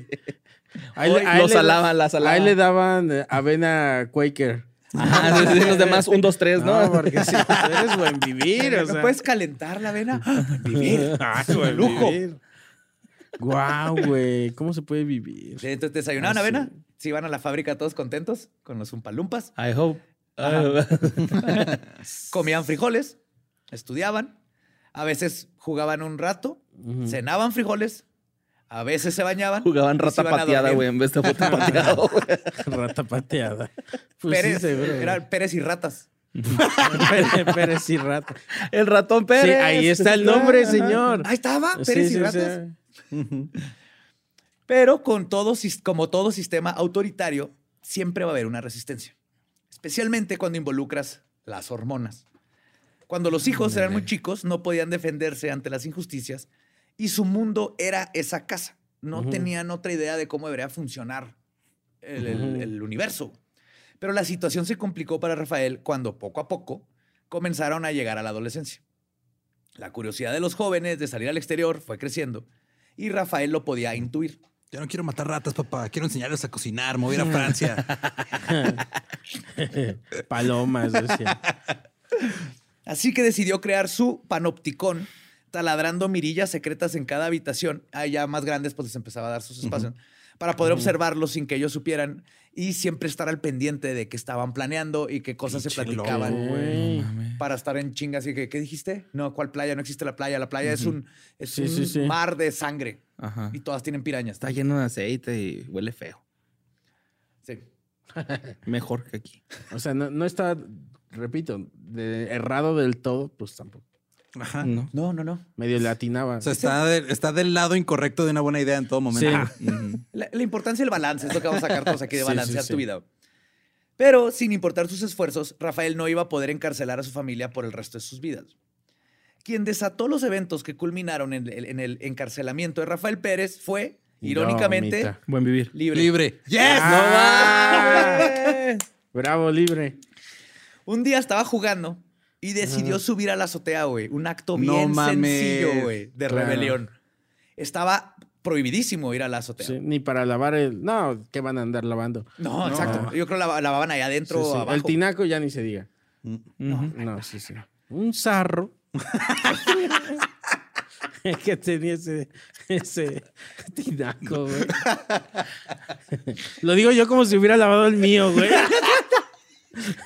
Hoy lo da- salaban, la salaban. Ahí le daban eh, avena Quaker. Ah, sí, sí, los demás, un, dos, tres, ¿no? No, porque si eres buen vivir, o ¿Me sea. puedes calentar la avena? ¡Ah, buen vivir. Ah, un buen lujo. vivir. Guau, güey. ¿Cómo se puede vivir? Sí, entonces desayunaban Ah, avena, se iban a la fábrica todos contentos con los umpalumpas, I hope. comían frijoles, estudiaban, a veces jugaban un rato, Ujú. cenaban frijoles, a veces se bañaban. Jugaban y se rata iban a pateada, dormir. güey, en vez de bote pateado, güey. Rata pateada. Pues Pérez, sí, seguro. eran Pérez y ratas. Pérez, Pérez y rata. El ratón Pérez. pues Sí, ahí está el nombre, señor. Ahí estaba, Sí, Ah, Pérez sí, y sí. ratas. Pero con todo, sis- como todo sistema autoritario, siempre va a haber una resistencia, especialmente cuando involucras las hormonas. Cuando los hijos eran muy chicos, no podían defenderse ante las injusticias y su mundo era esa casa. No Ujú. tenían otra idea de cómo debería funcionar el, el- Ujú. el universo. Pero la situación se complicó para Rafael cuando poco a poco comenzaron a llegar a la adolescencia. La curiosidad de los jóvenes de salir al exterior fue creciendo y Rafael lo podía intuir. Yo no quiero matar ratas, papá. Quiero enseñarles a cocinar, mover a Francia. Palomas, decía. Así que decidió crear su panopticón taladrando mirillas secretas en cada habitación. A ya más grandes, pues les empezaba a dar sus espacios para poder observarlos sin que ellos supieran y siempre estar al pendiente de que estaban planeando y qué cosas se platicaban para estar en chingas y que, ¿qué dijiste? No, ¿cuál playa? No existe la playa. La playa es un, es Sí, un sí, sí. mar de sangre Ajá. y todas tienen pirañas. Está lleno de aceite y huele feo. Sí. Mejor que aquí. O sea, no, no está, repito, de- errado del todo, pues tampoco. Ajá. No. No, no, no. Medio latinaba. O sea, está, de- está del lado incorrecto de una buena idea en todo momento. Ah, La, la importancia del balance es lo que vamos a sacar todos aquí de Sí, sí, balancear sí. tu vida. Pero sin importar sus esfuerzos, Rafael no iba a poder encarcelar a su familia por el resto de sus vidas. Quien desató los eventos que culminaron en el, en el encarcelamiento de Rafael Pérez fue, irónicamente, Dinamita. Buen vivir. libre. Libre. ¡Yes! ¡Ah! Bravo, libre. Un día estaba jugando y Ah. decidió subir a la azotea, güey. Un acto No bien mames. sencillo, güey, de Claro. rebelión. Estaba prohibidísimo ir a la azotea. Sí, ni para lavar el. No, que van a andar lavando. No, exacto. Yo creo la lavaban ahí adentro Sí, sí. o abajo. El tinaco ya ni se diga. Mm. Ujú. No, sí, sí. Un zarro. que tenía ese, ese tinaco, güey. Lo digo yo como si hubiera lavado el mío, güey.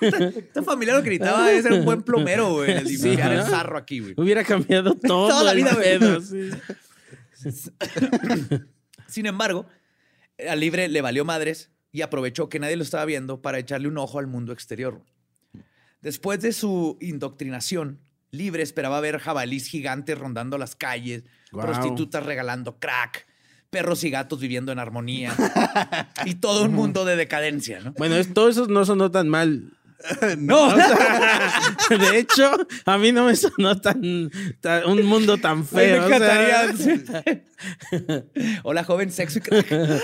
Esta familia lo que gritaba es ser un buen plomero, güey. de Limpiar el sarro aquí, güey. Hubiera cambiado todo. Toda la el vida, güey. pedo, sí. Sin embargo, al libre le valió madres y aprovechó que nadie lo estaba viendo para echarle un ojo al mundo exterior. Después de su indoctrinación, Libre esperaba ver jabalís gigantes rondando las calles, Guau. prostitutas regalando crack, perros y gatos viviendo en armonía y todo un mundo de decadencia, ¿no? Bueno, es- todo eso no sonó tan mal. No. De hecho, a mí no me sonó tan, tan- un mundo tan feo. o sea, Hola, joven, sexo y crack.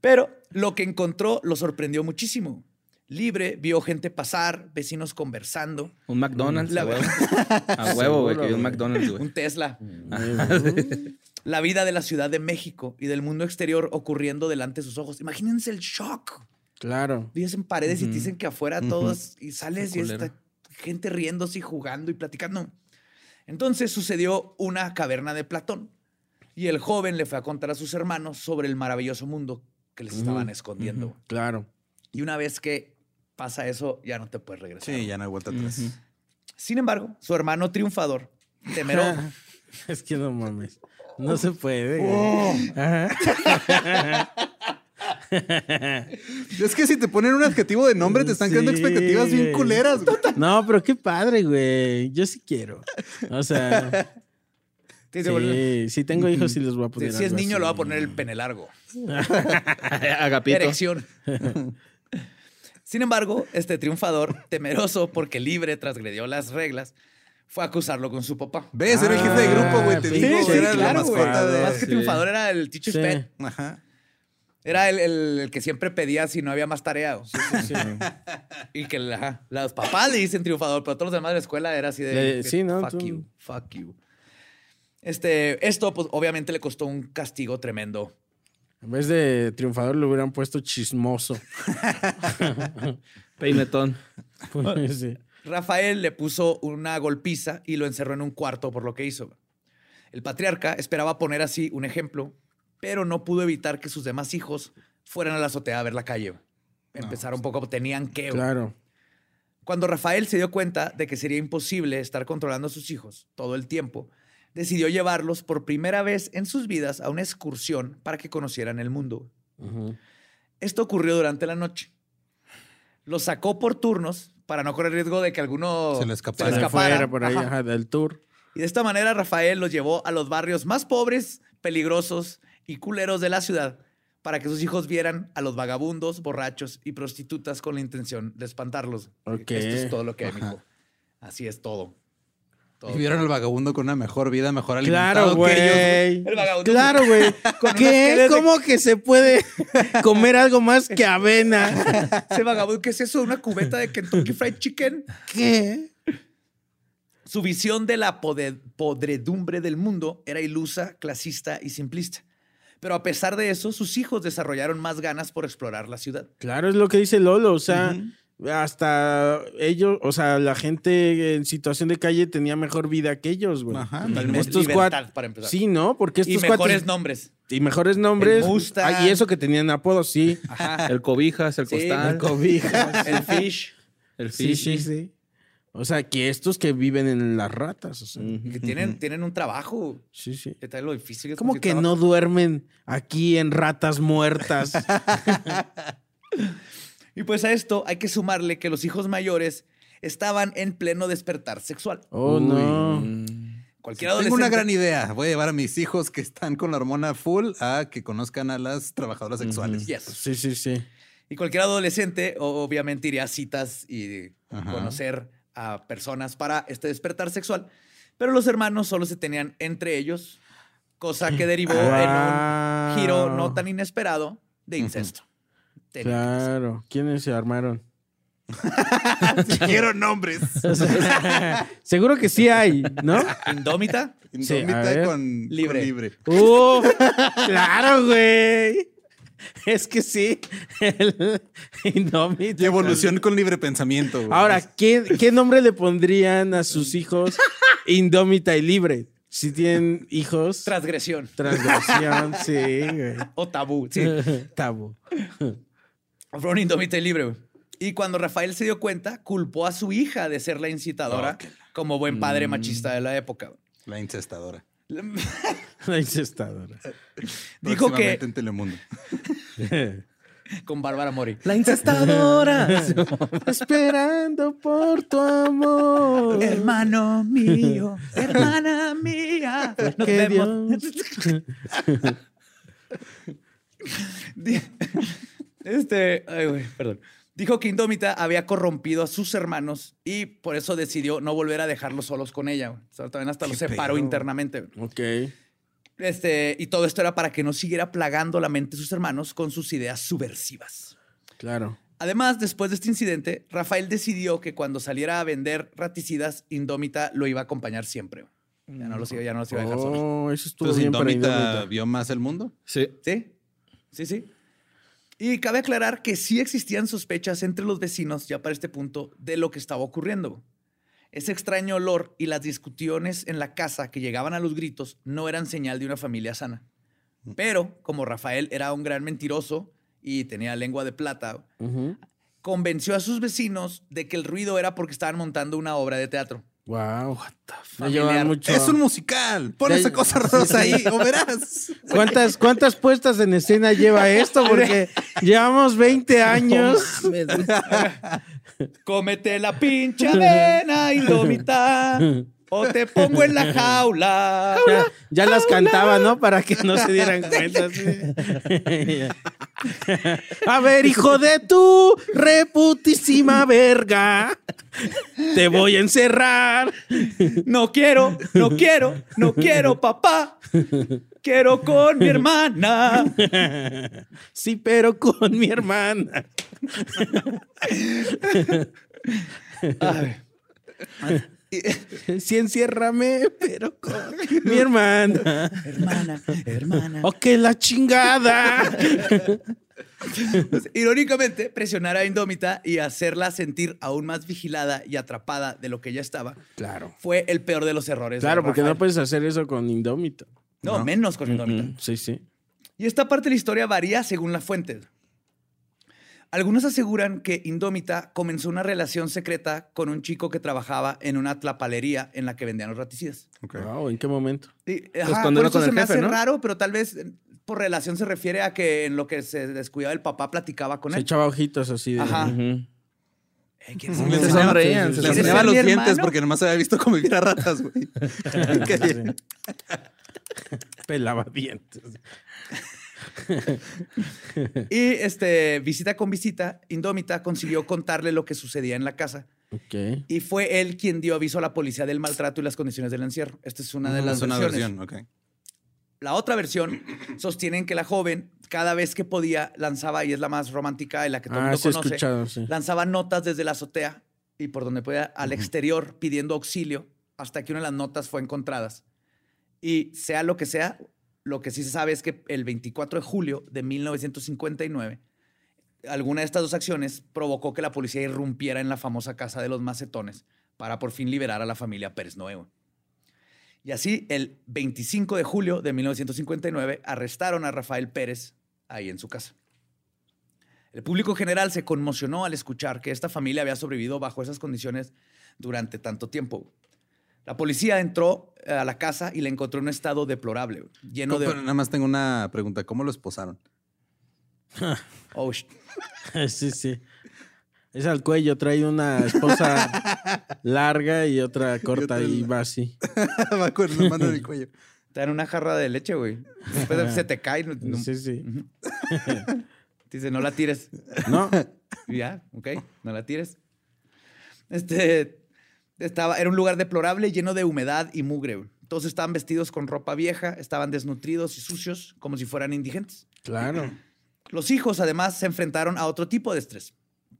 Pero lo que encontró lo sorprendió muchísimo. Libre vio gente pasar, vecinos conversando, Un McDonald's. La- a huevo. A huevo, güey. Que vi un McDonald's, güey. un Tesla. La vida de la Ciudad de México y del mundo exterior ocurriendo delante de sus ojos. Imagínense el shock. claro. Vives en paredes y te dicen que afuera todos y sales y culero. está gente riéndose y jugando y platicando. Entonces sucedió una caverna de Platón y el joven le fue a contar a sus hermanos sobre el maravilloso mundo que les estaban escondiendo. Claro. Y una vez que pasa eso, ya no te puedes regresar. Sí, ya no hay vuelta atrás. Sin embargo, su hermano triunfador, temero, Ah, Es que no mames. No se puede. güey. Oh. Es que si te ponen un adjetivo de nombre, te están creando Sí, expectativas bien güey. culeras. güey. No, pero qué padre, güey. Yo sí quiero. O sea, te dice, "Boludo, sí, si tengo hijos, sí les voy a poner. si es algo niño, así. lo va a poner el pene largo. Agapito. Erección. Sin embargo, este triunfador, temeroso porque libre transgredió las reglas, fue a acusarlo con su papá. ¿Ves? Era el jefe de grupo, güey. Te Ah, digo, sí, era la claro, güey. mascota de. Más que triunfador era el teacher's Sí. pet. Ajá. Era el, el- el que siempre pedía si no había más tarea. Y que la- los papás le dicen triunfador, pero todos los demás de la escuela era así de. Le- que, sí, ¿no? Fuck Tú- you, fuck you. Este, esto, pues, obviamente le costó un castigo tremendo. En vez de triunfador, le hubieran puesto chismoso. Peinetón. Pues, Sí. Rafael le puso una golpiza y lo encerró en un cuarto por lo que hizo. El patriarca esperaba poner así un ejemplo, pero no pudo evitar que sus demás hijos fueran a la azotea a ver la calle. Empezaron poco, tenían que. Claro. Cuando Rafael se dio cuenta de que sería imposible estar controlando a sus hijos todo el tiempo, decidió llevarlos por primera vez en sus vidas a una excursión para que conocieran el mundo. Esto ocurrió durante la noche. Los sacó por turnos para no correr riesgo de que alguno Se le escapara. le Para escapara. fuera, por ahí, Ajá. ajá, del tour. Y de esta manera Rafael los llevó a los barrios más pobres, peligrosos y culeros de la ciudad para que sus hijos vieran a los vagabundos, borrachos y prostitutas con la intención de espantarlos. Ok. Esto es todo lo que hay, Ajá. mijo. Así es todo. Todo. Y vieron al vagabundo con una mejor vida, mejor Claro, alimentado que ellos. güey. El vagabundo. Claro, güey. Con unas ¿Qué? teles de- ¿Cómo que se puede comer algo más que avena? Ese vagabundo, ¿qué es eso? ¿Una cubeta de Kentucky Fried Chicken? ¿Qué? Su visión de la pode- podredumbre del mundo era ilusa, clasista y simplista. Pero a pesar de eso, sus hijos desarrollaron más ganas por explorar la ciudad. Claro, es lo que dice Lolo. O sea, hasta ellos, o sea, la gente en situación de calle tenía mejor vida que ellos, güey. Ajá, Totalmente. Estos Libertad, cuat- para empezar. Sí, ¿no? Porque estos y mejores cuates- nombres. y mejores nombres. El Mustang. Ah, Ah, y eso que tenían apodos, sí. El cobijas, el Sí, costal. el El Cobijas. El fish. sí, fishy. sí, sí. O sea, que estos que viven en las ratas, o sea. Que tienen, tienen un trabajo. Sí, sí. ¿Qué tal lo difícil? es ¿Cómo que conseguir no trabajo? duermen aquí en ratas muertas? Y pues a esto hay que sumarle que los hijos mayores estaban en pleno despertar sexual. Oh, no. Cualquier Tengo adolescente. una gran idea. Voy a llevar a mis hijos que están con la hormona full a que conozcan a las trabajadoras sexuales. Yes. Sí, sí, sí. Y cualquier adolescente o- obviamente iría a citas y Ajá. conocer a personas para este despertar sexual. Pero los hermanos solo se tenían entre ellos, cosa que derivó Ah, en un giro no tan inesperado de incesto. Tenía que pasar. Claro. ¿Quiénes se armaron? Quiero nombres. Seguro que sí hay, ¿no? Indómita. Indómita a ver. con Libre. con libre. ¡Uh! ¡Claro, güey! Es que sí. El Indomit. Y evolución con libre pensamiento. güey. Ahora, ¿qué, qué nombre le pondrían a sus hijos Indómita y Libre? Si tienen hijos. Transgresión transgresión, sí, güey. o tabú. Sí. Tabo. Fueron indómita y libre. güey. Y cuando Rafael se dio cuenta, culpó a su hija de ser la incitadora Oh, como buen padre Mm. machista de la época. güey. La incestadora. La incestadora. Dijo que Próximamente en Telemundo. con Bárbara Mori. La incestadora. Esperando por tu amor. Eh, Hermano mío, hermana mía. Nos Que vemos. Di- Este, ay, güey, perdón. Dijo que Indómita había corrompido a sus hermanos y por eso decidió no volver a dejarlos solos con ella. güey. O sea, también hasta los separó internamente. güey. Ok. Este, y todo esto era para que no siguiera plagando la mente de sus hermanos con sus ideas subversivas. Claro. Además, después de este incidente, Rafael decidió que cuando saliera a vender raticidas, Indómita lo iba a acompañar siempre. Ya no los iba, ya no los iba a dejar solos. Oh, eso estuvo Entonces, bien para Indómita Indómita. vio más el mundo. Sí. ¿Sí? Sí, sí. Y cabe aclarar que sí existían sospechas entre los vecinos ya para este punto de lo que estaba ocurriendo. Ese extraño olor y las discusiones en la casa que llegaban a los gritos no eran señal de una familia sana. Mm. Pero como Rafael era un gran mentiroso y tenía lengua de plata, convenció a sus vecinos de que el ruido era porque estaban montando una obra de teatro. Wow, what the fuck. Familiar. Llevan mucho- Es un musical. Pon Ya- esa cosa rosa ahí o verás. ¿Cuántas, ¿Cuántas puestas en escena lleva esto? Porque llevamos 20 años. Cómete la pincha vena indómita o te pongo en la jaula. Ya, ya las cantaba, ¿no? Para que no se dieran cuenta. sí. A ver, hijo de tu reputísima verga. Te voy a encerrar. No quiero, no quiero, no quiero, papá. Quiero con mi hermana. Sí, pero con mi hermana. Sí, enciérrame, pero con mi hermana. Hermana, hermana. ¡Oh, que la chingada! Pues, Irónicamente, presionar a Indómita y hacerla sentir aún más vigilada y atrapada de lo que ella estaba Claro. fue el peor de los errores. de Claro, porque no Rafael. puedes hacer eso con Indómito. No, menos con Indómita. Sí, sí. Y esta parte de la historia varía según la fuente. Algunos aseguran que Indómita comenzó una relación secreta con un chico que trabajaba en una tlapalería en la que vendían los raticidas. Wow, ¿en qué momento? Sí, Los ajá, condenó por eso con se el me jefe, hace ¿no? raro, pero tal vez eh, por relación se refiere a que en lo que se descuidaba el papá platicaba con Se él. echaba ojitos así de. Ajá. Ujú. Eh, ¿quién sabe? Le se sonreían, se Le sonreían. enseñaba los ¿Ese es mi dientes hermano? porque nomás había visto convivir a ratas, güey. Que- Pelaba dientes. Y este, visita con visita, Indómita consiguió contarle lo que sucedía en la casa. Ok. Y fue él quien dio aviso a la policía del maltrato y las condiciones del encierro. Esta es una de Mm, las Es pues una versiones. versión, ok. La otra versión sostienen que la joven, cada vez que podía, lanzaba, y es la más romántica y la que todo el Ah, mundo sí, he conoce, escuchado, sí. lanzaba notas desde la azotea y por donde podía al exterior pidiendo auxilio hasta que una de las notas fue encontradas. Y sea lo que sea, lo que sí se sabe es que el 24 de julio de 1959, Alguna de estas dos acciones provocó que la policía irrumpiera en la famosa casa de los macetones para por fin liberar a la familia Pérez Nuevo. Y así, el 25 de julio de 1959, arrestaron a Rafael Pérez ahí en su casa. El público general se conmocionó al escuchar que esta familia había sobrevivido bajo esas condiciones durante tanto tiempo. La policía entró eh, a la casa y la encontró en un estado deplorable, lleno Co- pero de... nada más tengo una pregunta. ¿Cómo lo esposaron? Oh, sh- sí, sí. Es al cuello, trae una esposa larga y otra corta y va así. Va con la mano en el cuello. Te dan una jarra de leche, güey. Después se te cae. no- no- Sí, sí. te Dice, no la tires. No, Y Ya, ok, no la tires. Este, estaba, era un lugar deplorable, lleno de humedad y mugre. Todos estaban vestidos con ropa vieja, estaban desnutridos y sucios, como si fueran indigentes. claro. Los hijos, además, se enfrentaron a otro tipo de estrés.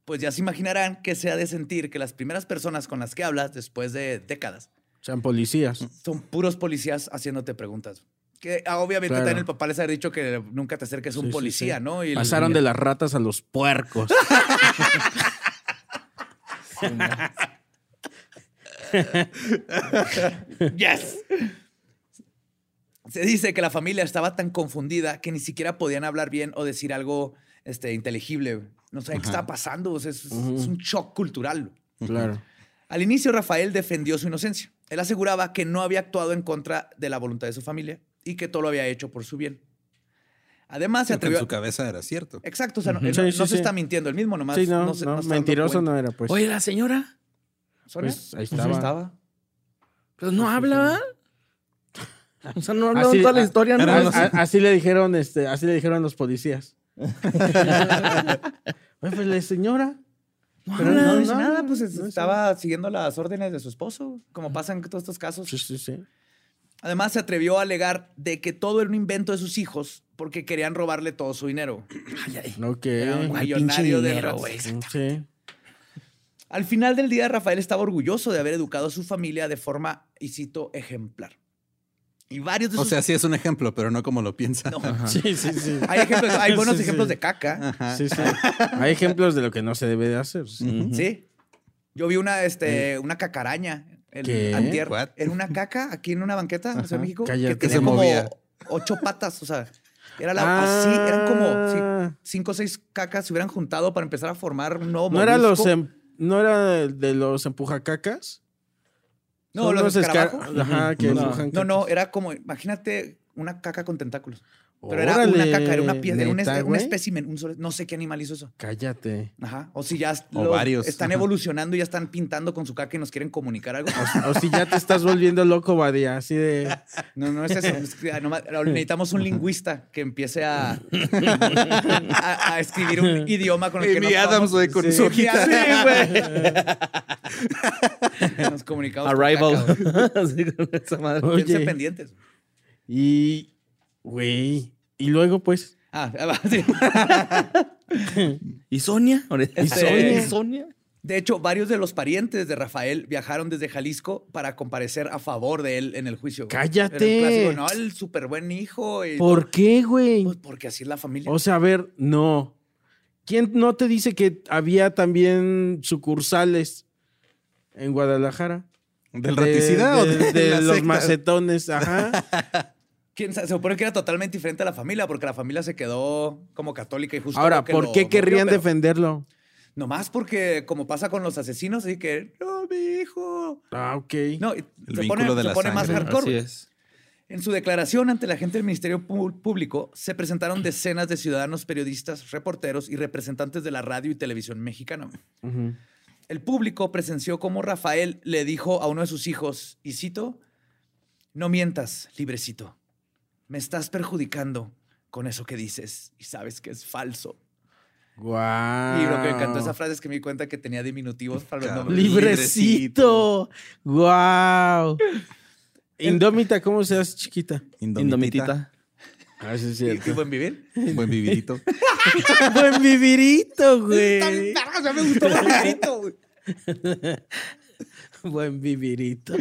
Pues ya se imaginarán que se ha de sentir que las primeras personas con las que hablas después de décadas Sean policías. son puros policías haciéndote preguntas. Que ah, obviamente Claro. también el papá les ha dicho que nunca te acerques a un Sí, sí, policía, sí. ¿no? Y el- Pasaron de las ratas a los puercos. Yes. Se dice que la familia estaba tan confundida que ni siquiera podían hablar bien o decir algo este, inteligible. No sabían qué estaba pasando. o sea, es, es un shock cultural. claro. Al inicio, Rafael defendió su inocencia. Él aseguraba que no había actuado en contra de la voluntad de su familia y que todo lo había hecho por su bien. Además, se Porque en atrevió. su cabeza era cierto. Exacto, o sea, no, él Sí, no sí, se sí. está mintiendo, él mismo nomás. Sí, no, se- se no, está dando mentiroso cuenta. no era, pues. Oye, la señora, ¿Sonia? Pues, ahí Pues, estaba. pero Pues, no habla. ¿verdad? O sea, no habla Así- toda la a- historia, ¿no? A- a- así le dijeron, este, así le dijeron los policías. Oye, pues la señora. No Pero habla, no, no dice no, nada, no, pues no, es- no, estaba siguiendo las órdenes de su esposo, como pasa en todos estos casos. Sí, sí, sí. Además, se atrevió a alegar de que todo era un invento de sus hijos porque querían robarle todo su dinero. Ok. Era un Ay, pinche millonario de dinero, rats. güey. Sí. Al final del día, Rafael estaba orgulloso de haber educado a su familia de forma, y cito, ejemplar. Y varios de O sus... sea, sí es un ejemplo, pero no como lo piensa. No. Sí, sí, sí. hay, ejemplos- hay buenos Sí, sí. ejemplos de caca, Sí, sí. Hay ejemplos de lo que no se debe de hacer. ¿sí? Yo vi una, este, una cacaraña. El ¿Qué? antier. Eh. What? Era una caca aquí en una banqueta en Ciudad de México Cállate. que Que se tenía como movía. ocho patas, o sea, era la, Ah. así, eran como sí, cinco o seis cacas se hubieran juntado para empezar a formar un nuevo ¿No era, los molusco. em- ¿No era de los empujacacas? No, Son los esca- escarabajos. Ajá, que No. empujan No, no, cacas. era como, imagínate una caca con tentáculos. Pero era una Órale, caca, era una piedra, era un, neta, espe- un güey. espécimen, un solo- no sé qué animal hizo eso. Cállate. Ajá. O si ya O lo- varios. están Ajá. evolucionando y ya están pintando con su caca y nos quieren comunicar algo. O si ya te estás volviendo loco, Badía, así de... No, no es eso. Es que, ah, nomás- necesitamos un lingüista que empiece a, a, a escribir un idioma con el que Amy nos Adams, podamos- güey, con Sí, su hojita. sí, güey. Nos comunicamos. con caca, güey. Arrival. Así con esa madre. Piensen Oye, pendientes. y... Güey. Y luego, pues... Ah, ah, va, sí. ¿Y Sonia? ¿Y Este, Sonia? ¿Y Sonia? De hecho, varios de los parientes de Rafael viajaron desde Jalisco para comparecer a favor de él en el juicio. güey. ¡Cállate! Era el clásico, no, el súper buen hijo. y- ¿Por qué, güey? Pues porque así es la familia. O sea, a ver, no. ¿Quién no te dice que había también sucursales en Guadalajara? ¿Del De- raticida o de, de, de la los secta? macetones? Ajá. ¿Quién sabe? Se supone que era totalmente diferente a la familia porque la familia se quedó como católica y justo. Ahora, lo que ¿por lo qué movió, querrían pero defenderlo? Nomás porque, como pasa con los asesinos, así que, no, mi hijo. Ah, ok. No, y se vínculo pone, de se la pone más sangre. hardcore. Así güey. es. En su declaración ante la gente del Ministerio Pú- Público, se presentaron decenas de ciudadanos, periodistas, reporteros y representantes de la radio y televisión mexicana. Ujú. El público presenció cómo Rafael le dijo a uno de sus hijos, y cito, no mientas, librecito. Me estás perjudicando con eso que dices y sabes que es falso. Guau. Y lo que me encantó Ah. esa frase es que me di cuenta que tenía diminutivos para los Claro. nombres. Librecito. Guau. Indómita, ¿cómo se hace chiquita? Indomitita. Indomitita. Ah, sí, Y qué buen vivir. Buen vividito. Buen vivirito, güey. Vergas, ya me gustó más clarito, güey. Buen vivirito.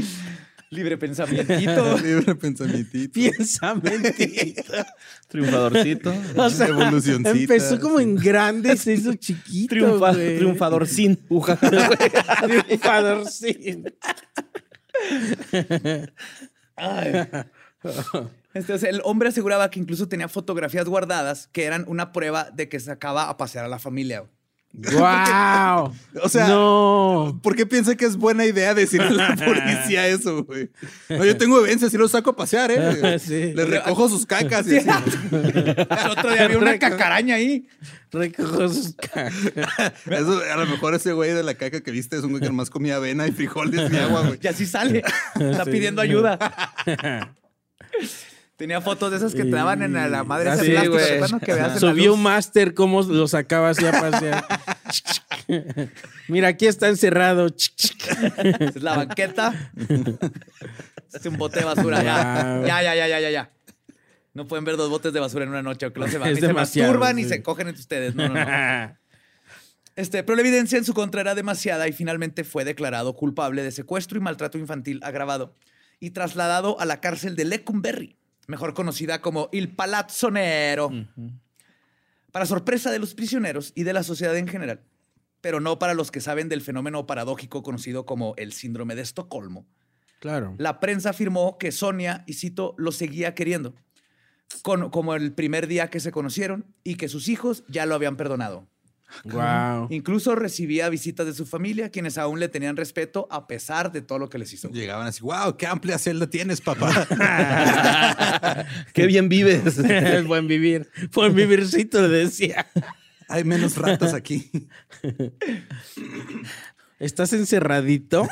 Libre pensamiento. Libre pensamiento. Piensa mentito. Triunfadorcito. O sea, Evolucioncita. empezó como en grande y se hizo chiquito. Triunfa- güey. triunfador sin. Triunfador, sí. Entonces, el hombre aseguraba que incluso tenía fotografías guardadas que eran una prueba de que sacaba a pasear a la familia. güey. ¡Wow! O sea, no. ¿Por qué piensa que es buena idea decirle a la policía eso, güey? No, yo tengo evidencia, si los saco a pasear, ¿eh? Sí. Les recojo sus cacas y así. Al otro día había una cacaraña ahí. Recojo sus ca- Eso, a lo mejor ese güey de la caca que viste es un güey que más comía avena y frijoles y agua, güey. Y así sale. Está pidiendo ayuda. Tenía fotos de esas que te daban en la madre ese Sí, plástico güey. de plano que veas en la Subió luz. un máster cómo lo sacaba así a pasear. Mira, aquí está encerrado. Es la banqueta. es un bote de basura. Ya, Wow. ya, ya, ya, ya, ya, ya. No pueden ver dos botes de basura en una noche. o que no se, van, Es ni se demasiado, masturban y sí. se cogen entre ustedes. No, no, no. Este, pero la evidencia en su contra era demasiada y finalmente fue declarado culpable de secuestro y maltrato infantil agravado y trasladado a la cárcel de Lecumberri, mejor conocida como Il Palazzo Nero. Para sorpresa de los prisioneros y de la sociedad en general, pero no para los que saben del fenómeno paradójico conocido como el síndrome de Estocolmo, Claro. la prensa afirmó que Sonia, y cito, lo seguía queriendo, con- como el primer día que se conocieron y que sus hijos ya lo habían perdonado. Wow. Incluso recibía visitas de su familia, quienes aún le tenían respeto a pesar de todo lo que les hizo. Llegaban así, wow, qué amplia celda tienes, papá. Qué bien vives. buen vivir. Buen vivircito, le decía. Hay menos ratas aquí. ¿Estás encerradito,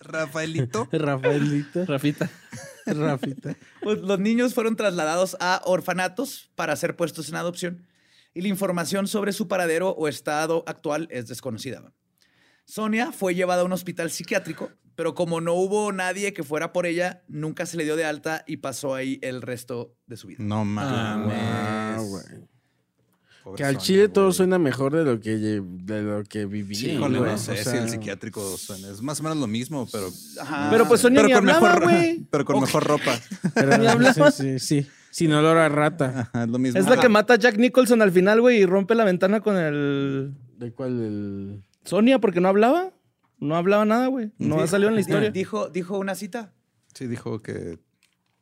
Rafaelito. Rafaelito? Rafita. Rafita. Pues, los niños fueron trasladados a orfanatos para ser puestos en adopción y la información sobre su paradero o estado actual es desconocida. Sonia fue llevada a un hospital psiquiátrico, pero como no hubo nadie que fuera por ella, nunca se le dio de alta y pasó ahí el resto de su vida. Ah, No Ah, mames. Pues Pobre Pues Que al Sonia, chile todo güey. suena mejor de lo que, lle- de lo que viví. Sí, híjole, güey. no sé O sea, si el psiquiátrico suena. Es más o menos lo mismo, pero. Ajá. Pero pues Sonia pero ni con hablaba, mejor, güey. Pero con mejor ropa. pero- Ni hablaba. Sí, sí, sí. Sin olor a rata. Ajá, es lo mismo. Es la que mata a Jack Nicholson al final, güey, y rompe la ventana con el ¿De cuál el...? Sonia porque no hablaba. No hablaba nada, güey. No ha salido en la historia. dijo, dijo una cita. Sí, dijo que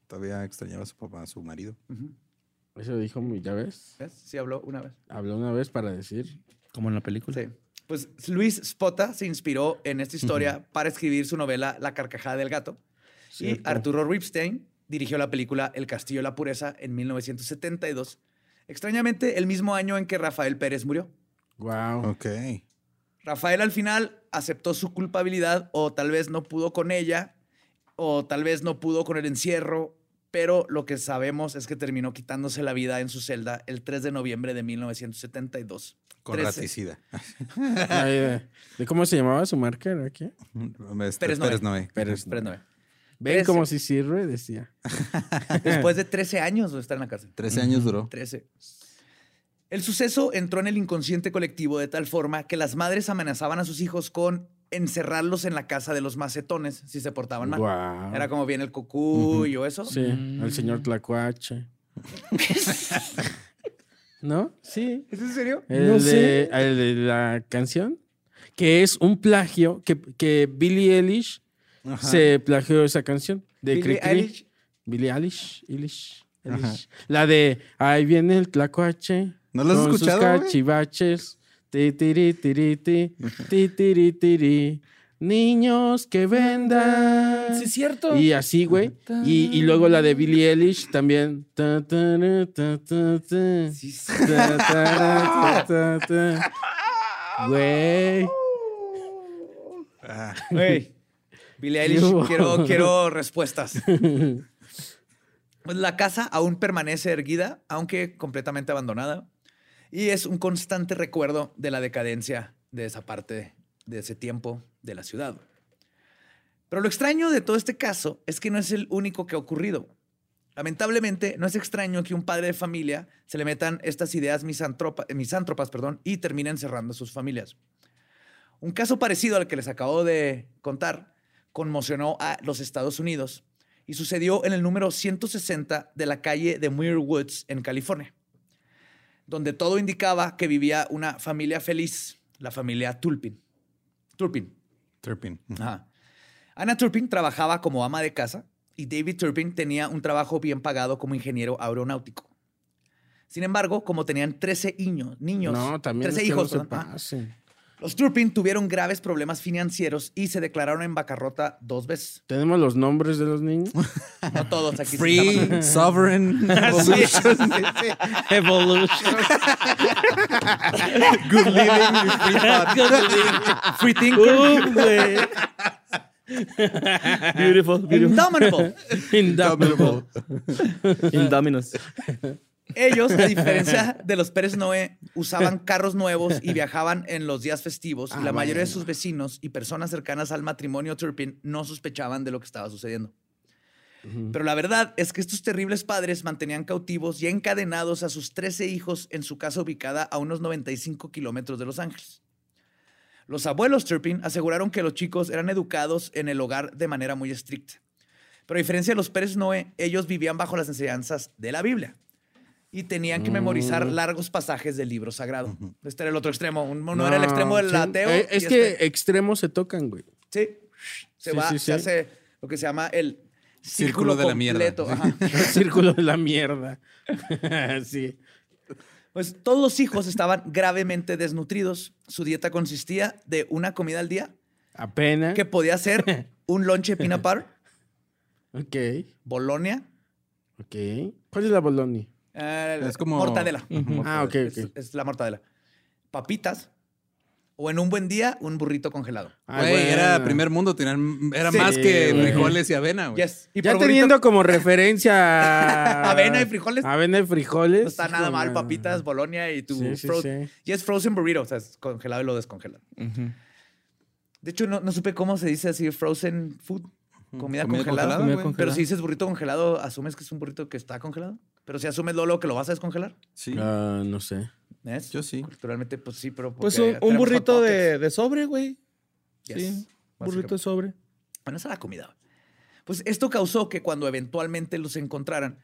todavía extrañaba a su papá, a su marido. Mm. Eso dijo, mi- ya ves. ¿Ves? Sí habló una vez. Habló una vez para decir. Como en la película. Sí. Pues Luis Spota se inspiró en esta historia para escribir su novela La carcajada del gato. Y Cierto. Arturo Ripstein dirigió la película El castillo de la pureza en 1972. Extrañamente, el mismo año en que Rafael Pérez murió. Wow. Ok. Rafael al final aceptó su culpabilidad o tal vez no pudo con ella o tal vez no pudo con el encierro, pero lo que sabemos es que terminó quitándose la vida en su celda el 3 de noviembre de 1972. Con Trece. raticida. Ahí de, de cómo se llamaba su marca? ¿Era qué? Este, Pérez Noé. Pérez Noé. Pérez. Pero no, eh. Ven Pérez- cómo si sirve, decía. Después de 13 años de estar en la cárcel. Trece años duró. 13. El suceso entró en el inconsciente colectivo de tal forma que las madres amenazaban a sus hijos con encerrarlos en la casa de los macetones si se portaban mal. Wow. Era como bien el cucuy o eso. Sí, Mm. al señor Tlacuache. ¿No? Sí. ¿Es en serio? El, de, el de la canción, que es un plagio, que, que Billie Eilish se plagió esa canción. De Billie Billie Eilish. Eilish. Billie Eilish. Eilish, Eilish. La de Ahí viene el tlacuache. ¿No la has con sus escuchado, güey? cachivaches. Ti, tiri, tiri, ti, ti, tiri, tiri. Niños que vendan. Sí, es cierto. Y así, güey. Y, y luego la de Billie Eilish también. Ta, ta, ra, ta, ta, ta. Ta, ta, ra, ta, ta, ta. Güey. Ah. Güey. Billie Eilish, hubo? quiero, quiero respuestas. Pues la casa aún permanece erguida, aunque completamente abandonada, y es un constante recuerdo de la decadencia de esa parte, de ese tiempo de la ciudad. Pero lo extraño de todo este caso es que no es el único que ha ocurrido. Lamentablemente, no es extraño que un padre de familia se le metan estas ideas misantropa- eh, misántropas perdón, y terminen cerrando a sus familias. Un caso parecido al que les acabo de contar conmocionó a los Estados Unidos y sucedió en el número 160 de la calle de Muir Woods en California, donde todo indicaba que vivía una familia feliz, la familia Tulpin. Turpin. Turpin. Ajá. Ana Turpin trabajaba como ama de casa y David Turpin tenía un trabajo bien pagado como ingeniero aeronáutico. Sin embargo, como tenían 13 niños, niños No, también 13 es que hijos, Ah. no se perdón, ajá, pasen. los Turpin tuvieron graves problemas financieros y se declararon en bancarrota dos veces. Tenemos los nombres de los niños. No todos aquí. se llaman- Free, sovereign, evolution, Evolution. good living, y free thought. Free thinker. Boom, güey. beautiful, beautiful. Indomitable. Indomitable. Indominus. Ellos, a diferencia de los Pérez Noé, usaban carros nuevos y viajaban en los días festivos. y la mayoría de sus vecinos y personas cercanas al matrimonio Turpin no sospechaban de lo que estaba sucediendo. Pero la verdad es que estos terribles padres mantenían cautivos y encadenados a sus 13 hijos en su casa ubicada a unos 95 kilómetros de Los Ángeles. Los abuelos Turpin aseguraron que los chicos eran educados en el hogar de manera muy estricta. Pero a diferencia de los Pérez Noé, ellos vivían bajo las enseñanzas de la Biblia y tenían que memorizar Mm. largos pasajes del libro sagrado. Este era el otro extremo. Un- Uno era el extremo del sí. ateo. Eh, Es y que este- extremos se tocan, güey. sí, se Sí, va, sí, se sí. hace lo que se llama el Círculo círculo, de la mierda. completo. Ajá. Círculo de la mierda. sí. Pues todos los hijos estaban gravemente desnutridos. Su dieta consistía de una comida al día, Apenas. que podía ser un lonche peanut butter, Ok. bolonia, Ok. ¿Cuál es la Boloni? eh, Es como- mortadela. Ah, ok, Es, ok. es la mortadela. Papitas o en un buen día un burrito congelado. Ah, Güey, bueno. era primer mundo, tenían, era Sí, más que güey. frijoles y avena, güey. Yes. Y Ya por burrito, teniendo como referencia. Avena y frijoles. Avena y frijoles. no está nada hijo, mal, mano. papitas, bolonia y tu Sí, sí, fro- sí. Y es frozen burrito, o sea, es congelado y lo descongelan. De hecho, no, no supe cómo se dice así frozen food, comida, Comida congelada. congelada, Comida güey. congelada. Pero si dices burrito congelado, asumes que es un burrito que está congelado. Pero si asumes luego, luego que lo vas a descongelar. Sí, Ah, no sé. ¿ves? yo sí. Culturalmente, pues sí, pero. Pues porque un, un tenemos burrito hot de, de sobre, güey. pockets. Yes, sí, Burrito de básicamente. sobre. Bueno, esa era la comida. güey. Pues esto causó que cuando eventualmente los encontraran,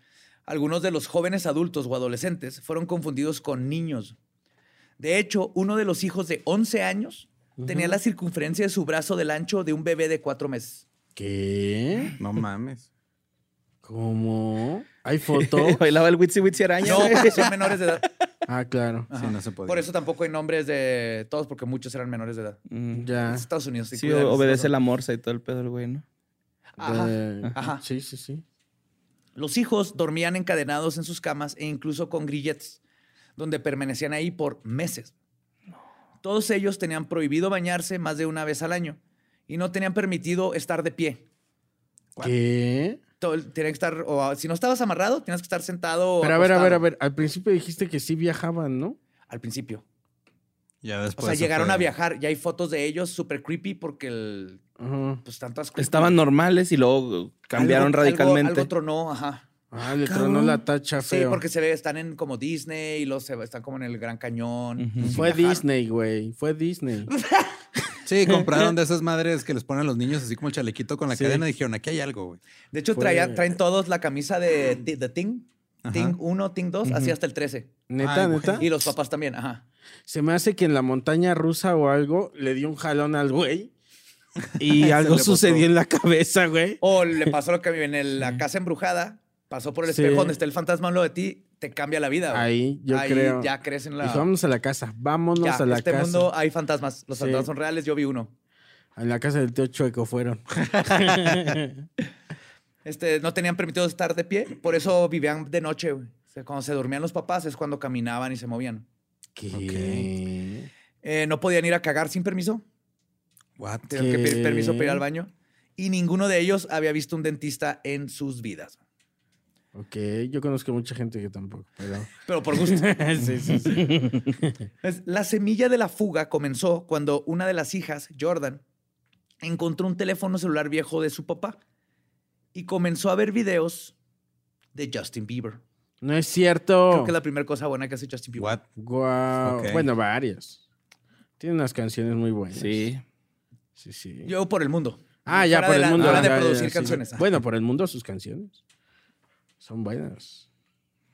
algunos de los jóvenes adultos o adolescentes fueron confundidos con niños. De hecho, uno de los hijos de 11 años tenía la circunferencia de su brazo del ancho de un bebé de cuatro meses. ¿Qué? No mames. ¿Cómo? ¿Hay foto? Bailaba el Witsi Witsi araña. No, güey. porque son menores de edad. ah, claro. Sí, no se podía. Por eso tampoco hay nombres de todos, porque muchos eran menores de edad. Mm. Ya. Es Estados Unidos. Sí, o- obedece la morsa y todo el pedo, el güey, ¿no? Ajá. De- ajá. Sí, sí, sí. Los hijos dormían encadenados en sus camas e incluso con grilletes, donde permanecían ahí por meses. Todos ellos tenían prohibido bañarse más de una vez al año y no tenían permitido estar de pie. ¿Qué? Todo el- tenían que estar, o ah, si no estabas amarrado, tenías que estar sentado. o Pero a ver, a ver, a Oh, acostado. ver. Al principio dijiste que sí viajaban, ¿no? Al principio. Ya O después sea, se llegaron fue. a viajar. Ya hay fotos de ellos súper creepy porque el, Ajá. pues tantas Estaban normales y luego cambiaron radicalmente. Algo, tronó, ajá. Ah, le tronó la tacha Sí, feo. porque se ve, están en como Disney y los están como en el Gran Cañón. Ujú. Fue Disney, güey. Fue Disney. Sí, compraron de esas madres que les ponen a los niños así como el chalequito con la cadena y dijeron, aquí hay algo, güey. De hecho, Fue- traía- traen todos la camisa de, de, de Ting. Ajá. Ting 1, Ting 2, así hasta el 13. Neta, Ay, güey. neta. Y los papás también, ajá. Se me hace que en la montaña rusa o algo le dio un jalón al güey. Y le algo botó. sucedió en la cabeza, güey. O le pasó lo que en el- la casa embrujada, pasó por el Sí. espejo donde está el fantasma lo de ti, te cambia la vida. güey. Ahí, yo Ah, Ahí creo. ya crees en la... Dijo, vámonos a la casa. Vámonos ya, a la este casa. mundo hay fantasmas. Los Sí. fantasmas son reales, yo vi uno. A la casa del tío Chueco fueron. Este, no tenían permitido estar de pie, por eso vivían de noche. güey. O sea, Cuando se dormían los papás es cuando caminaban y se movían. ¿Qué? Eh, no podían ir a cagar sin permiso. What? Tenían que pedir ¿Qué? permiso para ir al baño. Y ninguno de ellos había visto un dentista en sus vidas. Ok, yo conozco mucha gente que tampoco, pero... Pero por gusto. sí, sí, sí. Pues, La semilla de la fuga comenzó cuando una de las hijas, Jordan, encontró un teléfono celular viejo de su papá y comenzó a ver videos de Justin Bieber. No es cierto. Creo que es la primera cosa buena que hace Justin Bieber. What? Guau. Ok. Bueno, varias. Tiene unas canciones muy buenas. Sí, sí. Yo por el mundo. Ah, ya, Fuera por de el la- mundo. fuera de ya, ya, producir sí. canciones. Bueno, por el mundo sus canciones. Son buenas.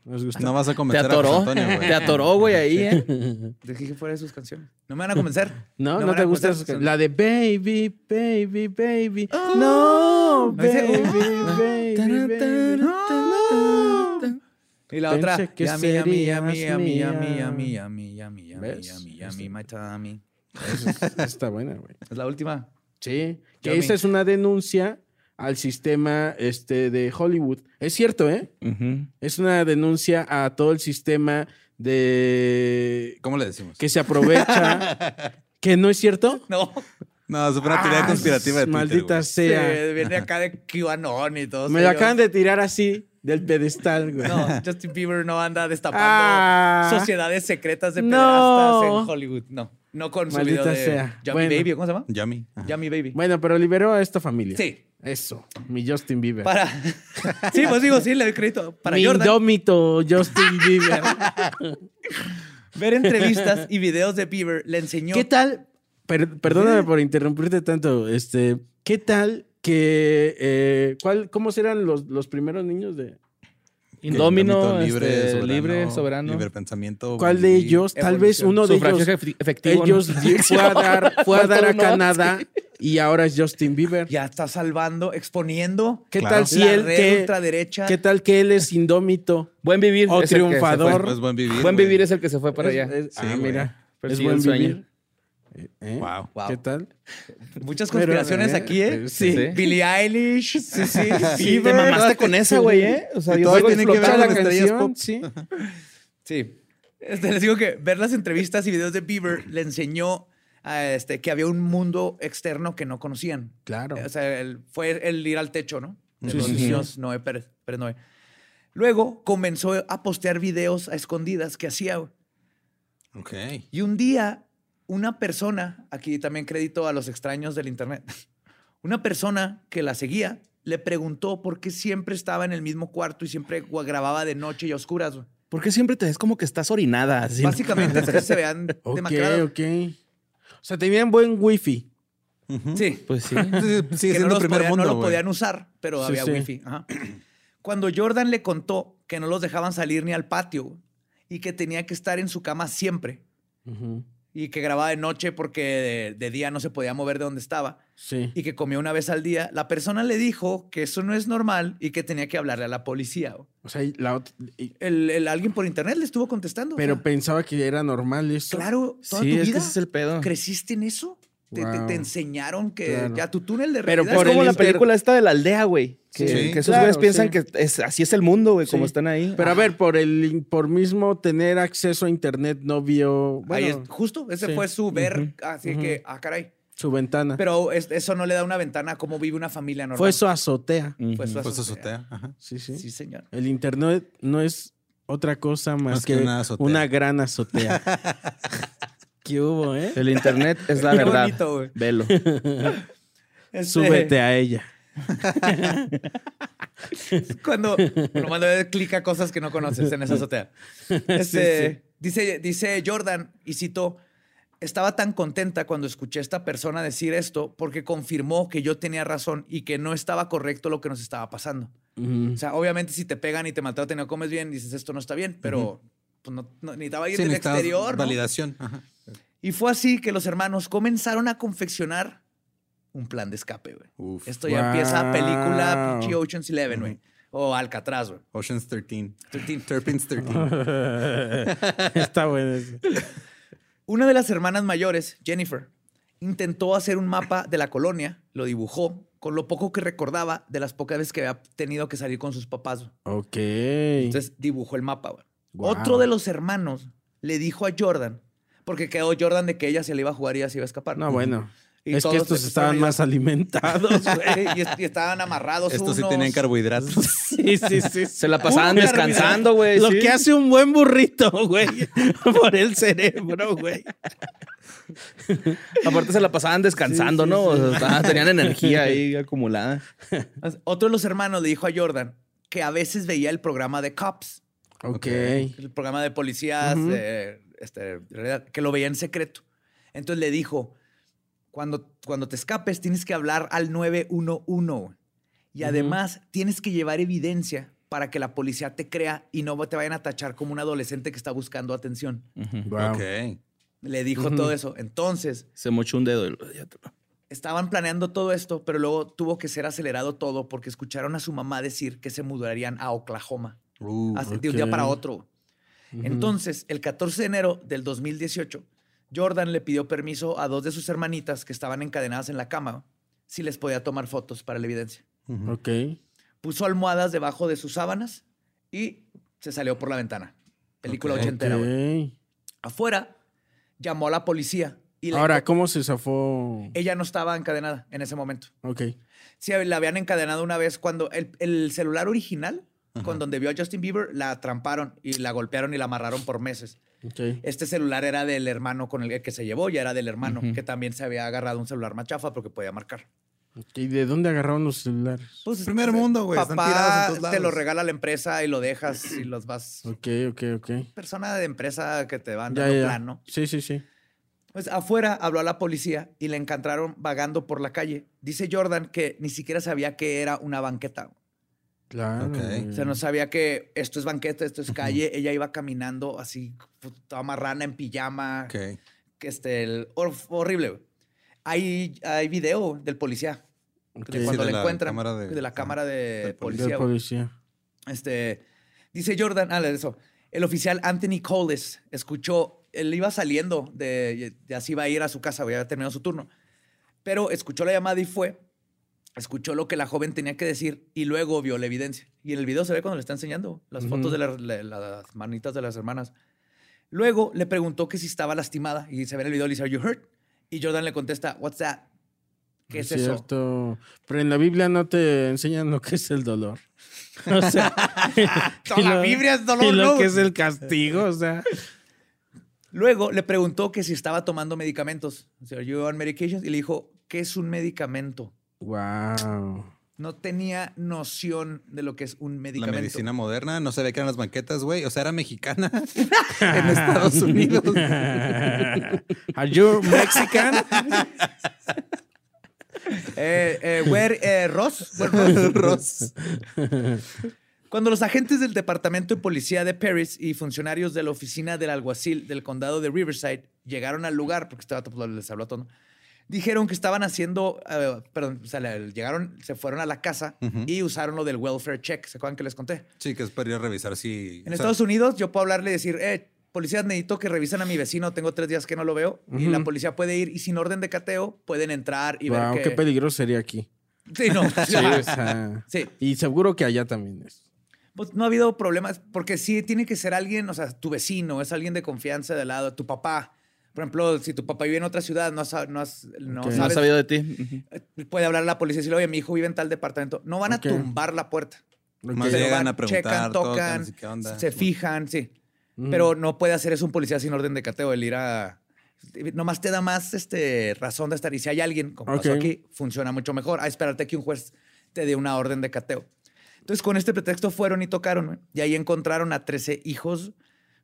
Nos gusta. No vas a Te convencer a atoró. José Antonio, güey. Te atoró, güey, ahí, ¿eh? Dejé que fuera de sus canciones. No me van a convencer. No, no, van te a gusta convencer. sus can- La de Baby, Baby, Baby. no, No dice, Baby, "Oh". Baby, baby, no. Y la Pensé otra. que Yami, yami, serías yami, yami, yami, yami, mía. yami, yami, yami, ¿Ves? yami, Este- yami, my tummy. Esa Está buena, güey. Es la última. Sí, Yo que esa me- es una denuncia al sistema este, de Hollywood. Es cierto, ¿eh? Ujú. Es una denuncia a todo el sistema de ¿Cómo le decimos? que se aprovecha. ¿Que no es cierto? No, No, es una teoría Ah, conspirativa de Twitter, Maldita güey. sea. se viene acá de QAnon y todo. Me lo la acaban de tirar así del pedestal, güey. No, Justin Bieber no anda destapando Ah. sociedades secretas de No. pederastas en Hollywood. No, no con su Maldita video de sea. Yummy Bueno. Ah. Baby. ¿Cómo se llama? Yummy. Ajá. Yummy Baby. Bueno, pero liberó a esta familia. Sí, Eso, mi Justin Bieber. para... sí, pues digo, sí, le doy crédito. Para mi Jordan. indómito Justin Bieber. Ver entrevistas y videos de Bieber le enseñó. ¿Qué tal? per- perdóname por interrumpirte tanto. Este, ¿qué tal que eh, cuál, cómo serán los, los primeros niños de Indómito, Indómino, este, libre, soberano. Libre pensamiento. cuál de libre- ellos? Tal vez Evolución. uno de Sufragio ellos, efecti- efectivo. ¿no? ellos di- fue a dar, fue a, dar a Faltó uno, Canadá y ahora es Justin Bieber. Ya está salvando, exponiendo ¿Qué Claro. tal si la él red que- ultraderecha. qué tal que él es indómito? Buen vivir. es el O que se Oh, triunfador. Pues, Dor- pues, buen vivir. fue. Buen güey. vivir es el que se fue para Es- allá. es- ah, Sí, güey. mira, es Persigue buen el sueño. vivir. Eh, eh, Wow. Wow. ¿Qué tal? Muchas Pero, conspiraciones eh, aquí, ¿eh? Sí. Sí. Billie Eilish. Sí, sí. Sí, te mamaste con esa, güey, ¿eh? O sea, Y yo todavía salgo tiene que ver con explotado. la estrellas canción, pop. sí. Sí. Este, les digo que ver las entrevistas y videos de Bieber le enseñó a este, que había un mundo externo que no conocían. Claro. O sea, el- fue el ir al techo, ¿no? De Sí, los sí, sí. niños Noé Pérez, Pérez Noé. Luego comenzó a postear videos a escondidas que hacía. güey. Ok. Y un día, una persona, aquí también crédito a los extraños del Internet, una persona que la seguía le preguntó por qué siempre estaba en el mismo cuarto y siempre grababa de noche y a oscuras. güey. ¿Por qué siempre te ves como que estás orinada? así? Básicamente, hasta que se vean Ok, demacrados. ok. O sea, tenían buen wifi. Ujú. Sí. Pues sí. Entonces, Sigue que no, siendo los primer podían- no mundo, lo güey. podían usar, pero Sí, había sí. wifi. Ajá. Cuando Jordan le contó que no los dejaban salir ni al patio y que tenía que estar en su cama siempre y que grababa de noche porque de, de día no se podía mover de donde estaba Sí. y que comía una vez al día, la persona le dijo que eso no es normal y que tenía que hablarle a la policía. O sea, y la ot- y- El, el- alguien por internet le estuvo contestando. o pero sea, pensaba que era normal eso. claro, toda Sí, tu es que vida ese es el pedo. creciste en eso. Te, te- Wow. te enseñaron que Claro. ya tu túnel de Pero realidad por es como el la inter- película esta de la aldea, güey. Que, Sí. que esos Claro, güeyes piensan sí. que es, así es el mundo, güey, como Sí. están ahí. Ah, Pero a ver, por el in- por mismo tener acceso a internet no vio Ahí bueno, es- justo, ese sí. fue su ver, así que, ah, caray. su ventana. Pero es- eso no le da una ventana a cómo vive una familia normal. Fue su azotea. Ujú. Fue su Pues azotea. azotea. Ajá. Sí, sí. Sí, señor. El internet no es otra cosa más, que, una, azotea. gran azotea. ¿Qué hubo, eh? El internet es la Qué verdad. bonito, güey. Velo. Este, Súbete a ella. Cuando nomás le das clic a cosas que no conoces en esa azotea. Este, Dice, dice Jordan, y citó, estaba tan contenta cuando escuché a esta persona decir esto porque confirmó que yo tenía razón y que no estaba correcto lo que nos estaba pasando. Ujú. O sea, obviamente si te pegan y te maltratan y no comes bien, dices esto no está bien, pero pues no, no- necesitaba irte Sí, al necesitabas exterior. ¿no? Validación. Ajá. Y fue así que los hermanos comenzaron a confeccionar un plan de escape, güey. Uf. Esto ya empieza película Wow. pinche Ocean's Eleven, güey. O Alcatraz, güey. Ocean's 13. 13. Turpin's 13. Está bueno. eso. Una de las hermanas mayores, Jennifer, intentó hacer un mapa de la colonia, lo dibujó, con lo poco que recordaba de las pocas veces que había tenido que salir con sus papás. güey. Ok. Entonces dibujó el mapa, güey. Wow. Otro de los hermanos le dijo a Jordan, porque quedó Jordan de que ella se le iba a jugar y ella se iba a escapar. no, bueno. Y es que todos estos se- estaban más alimentados. güey, y, est- y estaban amarrados Estos sí unos. tenían carbohidratos. Sí, sí, sí. Se la pasaban Un descansando, güey. Uh, Lo sí. que hace un buen burrito, güey, por el cerebro, güey. Aparte se la pasaban descansando, ¿no? O sea, estaban- tenían energía ahí acumulada. Otro de los hermanos le dijo a Jordan que a veces veía el programa de Cops, Ok. el programa de policías, eh, este, en realidad, que lo veía en secreto. Entonces le dijo, Cuando, cuando te escapes, tienes que hablar al 911. Y además, tienes que llevar evidencia para que la policía te crea y no te vayan a tachar como un adolescente que está buscando atención. Ok. Le dijo todo eso. Entonces, Se mochó un dedo. y lo- ya te lo- estaban planeando todo esto, pero luego tuvo que ser acelerado todo porque escucharon a su mamá decir que se mudarían a Oklahoma. Uh, Así de un día ok. para otro. Entonces, el 14 de enero del 2018, Jordan le pidió permiso a dos de sus hermanitas que estaban encadenadas en la cama si les podía tomar fotos para la evidencia. Ok. Puso almohadas debajo de sus sábanas y se salió por la ventana. Película ochentera, güey. Ok. Afuera, llamó a la policía y la Ahora, ¿cómo se zafó? ella no estaba encadenada en ese momento. Ok. Sí, la habían encadenado una vez cuando el, el celular original, con donde vio a Justin Bieber, la tramparon y la golpearon y la amarraron por meses. Ok. Este celular era del hermano con el que se llevó, ya era del hermano, que también se había agarrado un celular machafa porque podía marcar. Ok, ¿Y de dónde agarraron los celulares? Pues, Primer mundo, güey, están tirados en Papá todos lados. te lo regala la empresa y lo dejas y los vas. Ok, ok, ok. Persona de empresa que te van Ya, dando ya. plan, ¿no? Sí, sí, sí. Pues afuera habló a la policía y la encontraron vagando por la calle. Dice Jordan que ni siquiera sabía que era una banqueta. Claro. Ok. güey. O sea, no sabía que esto es banqueta, esto es calle. Ella iba caminando así, pu- toda marrana, en pijama. Ok. Que este, el- hor- horrible. Hay, hay video del policía. Ok. De Sí, cuando de la la encuentran. cámara De, de- la ajá, cámara de del Del policía. güey. policía. Este, dice Jordan, ah, eso. El oficial Anthony Coles escuchó, él iba saliendo de, de así iba a ir a su casa, güey, había terminado su turno. Pero escuchó la llamada y fue, escuchó lo que la joven tenía que decir y luego vio la evidencia. Y en el video se ve cuando le está enseñando las fotos de la- la- las manitas de las hermanas. Luego le preguntó que si estaba lastimada y se ve en el video, le dice, ¿Are you hurt? Y Jordan le contesta, What's that? ¿Qué es, eso? cierto. Pero en la Biblia no te enseñan lo que es el dolor. O sea, Toda la Biblia es dolor, y lo ¿no? que es el castigo, o sea. Luego le preguntó que si estaba tomando medicamentos. O sea, you on medications? Y le dijo, ¿qué es un medicamento? Wow. No tenía noción de lo que es un La medicamento. medicina moderna, no sabía que eran las banquetas, güey. O sea, era mexicana en Estados Unidos. Are you Mexican? Eh, eh, where, eh, Ross, where Ross? Ross. Cuando los agentes del Departamento de Policía de Paris y funcionarios de la oficina del alguacil del condado de Riverside llegaron al lugar, porque este estaba les habló a todo, ¿no? dijeron que estaban haciendo, eh, perdón, o sea, le- llegaron, se fueron a la casa y usaron lo del welfare check. ¿Se acuerdan que les conté? Sí, que es para ir a revisar si. o En sea, Estados Unidos yo puedo hablarle y decir, eh, policías, necesito que revisen a mi vecino, tengo tres días que no lo veo. Y la policía puede ir y sin orden de cateo pueden entrar y wow, ver qué que... peligroso sería aquí. sí, no. Sí, o sea, Sí. Y seguro que allá también es. Pues no ha habido problemas, porque sí tiene que ser alguien, o sea, tu vecino, es alguien de confianza de al lado, tu papá. Por ejemplo, si tu papá vive en otra ciudad, no, sa- no, has- Ok. No no has No ha sabes, sabido de ti. eh, puede hablar a la policía y decirle, oye, mi hijo vive en tal departamento. No van Ok. a tumbar la puerta. Ok. Más Pero llegan van, a preguntar, checan, tocan, tocan, sí, ¿qué onda? se fijan, sí. Ujú. Pero no puede hacer eso un policía sin orden de cateo, el ir a... Nomás te da más este, razón de estar. Y si hay alguien, como pasó Ok. aquí, funciona mucho mejor a esperarte que un juez te dé una orden de cateo. Entonces, con este pretexto fueron y tocaron. güey. Y ahí encontraron a 13 hijos,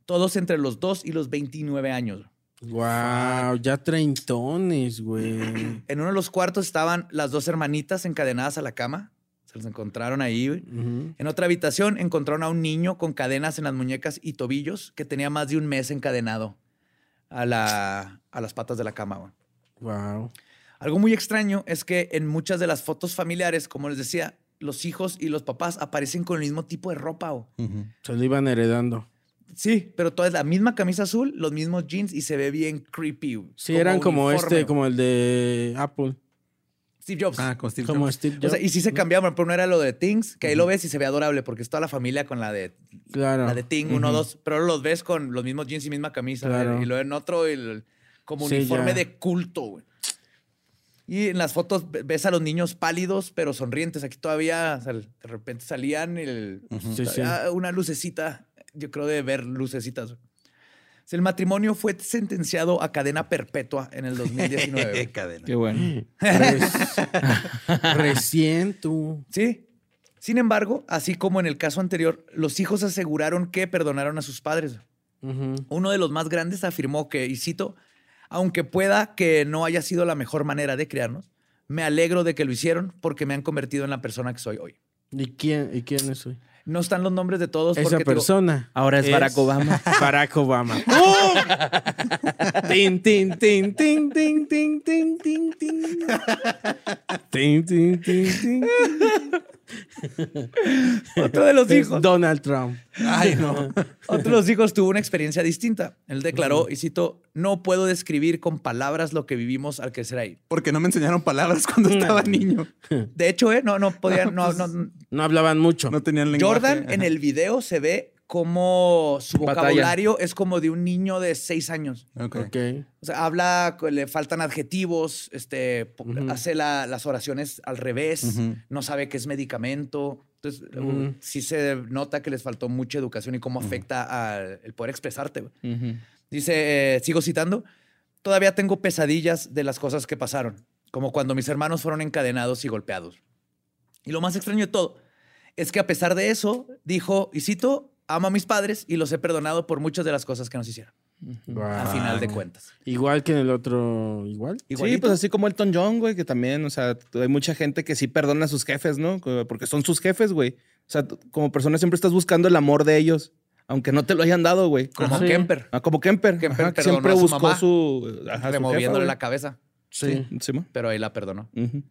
todos entre los 2 y los 29 años. Wow, ya treintones, güey. En uno de los cuartos estaban las dos hermanitas encadenadas a la cama. Se los encontraron ahí. güey. Ujú. En otra habitación encontraron a un niño con cadenas en las muñecas y tobillos que tenía más de un mes encadenado a, la, a las patas de la cama. güey. Wow. Algo muy extraño es que en muchas de las fotos familiares, como les decía, los hijos y los papás aparecen con el mismo tipo de ropa. güey. Ujú. Se lo iban heredando. Sí, pero toda es la misma camisa azul, los mismos jeans y se ve bien creepy. güey, Sí, eran como uniforme, este, güey. como el de Apple. Steve Jobs. Ah, con Steve Como Jobs. Steve O Jobs. sea, y sí se cambiaban, pero no era lo de Things, que ahí lo ves y se ve adorable porque es toda la familia con la de claro. La de Ting, uno, dos. Pero ahora los ves con los mismos jeans y misma camisa. Claro. Y luego en otro, el, como Sí, uniforme ya. de culto, güey. Y en las fotos ve- ves a los niños pálidos, pero sonrientes. Aquí todavía o sea, de repente salían el- Sí, sí. ah, una lucecita. Yo creo de ver lucecitas. güey. O sea, El matrimonio fue sentenciado a cadena perpetua en el 2019. güey. Cadena. Qué bueno. Res- Recién tú. Sí. Sin embargo, así como en el caso anterior, los hijos aseguraron que perdonaron a sus padres. Ujú. Uno de los más grandes afirmó que, y cito, Aunque pueda que no haya sido la mejor manera de criarnos, me alegro de que lo hicieron porque me han convertido en la persona que soy hoy. ¿Y quién, ¿Y quién es hoy? No están los nombres de todos. Esa porque te lo- persona. Ahora es, Barack Obama. Barack Obama. tin, tin, tin, tin, tin, tin, tin, tin, tin. Tin, tin, tin, tin. Otro de los Es hijos. Donald Trump. Ay, no. Otro de los hijos tuvo una experiencia distinta. Él declaró, y cito, no puedo describir con palabras lo que vivimos al crecer ahí. Porque no me enseñaron palabras cuando estaba niño. De hecho, ¿eh? no, no podía, no, no- No hablaban mucho. No tenían lenguaje. Jordan en el video se ve como su Batalla. vocabulario es como de un niño de seis años. Ok. Ok. O sea, habla, le faltan adjetivos, este, po- hace la- las oraciones al revés, Ujú. no sabe qué es medicamento. Entonces, eh, Ujú. sí se nota que les faltó mucha educación y cómo afecta al el poder expresarte. güey. Dice, eh, sigo citando, todavía tengo pesadillas de las cosas que pasaron, como cuando mis hermanos fueron encadenados y golpeados. Y lo más extraño de todo es que a pesar de eso, dijo, y cito, amo a mis padres y los he perdonado por muchas de las cosas que nos hicieron, al Guau. final de cuentas. Igual que en el otro. Igual. Igualito. Sí, pues así como Elton John, güey, que también, o sea, hay mucha gente que sí perdona a sus jefes, ¿no? Porque son sus jefes, güey. O sea, t- como persona siempre estás buscando el amor de ellos, aunque no te lo hayan dado, güey. Como Sí. Kemper. Ah, como Kemper, Kemper ajá, que perdonó siempre a su buscó mamá, su. ajá, su removiéndole la jefa, cabeza, Sí. güey. Sí, ma. pero ahí la perdonó. Ujú.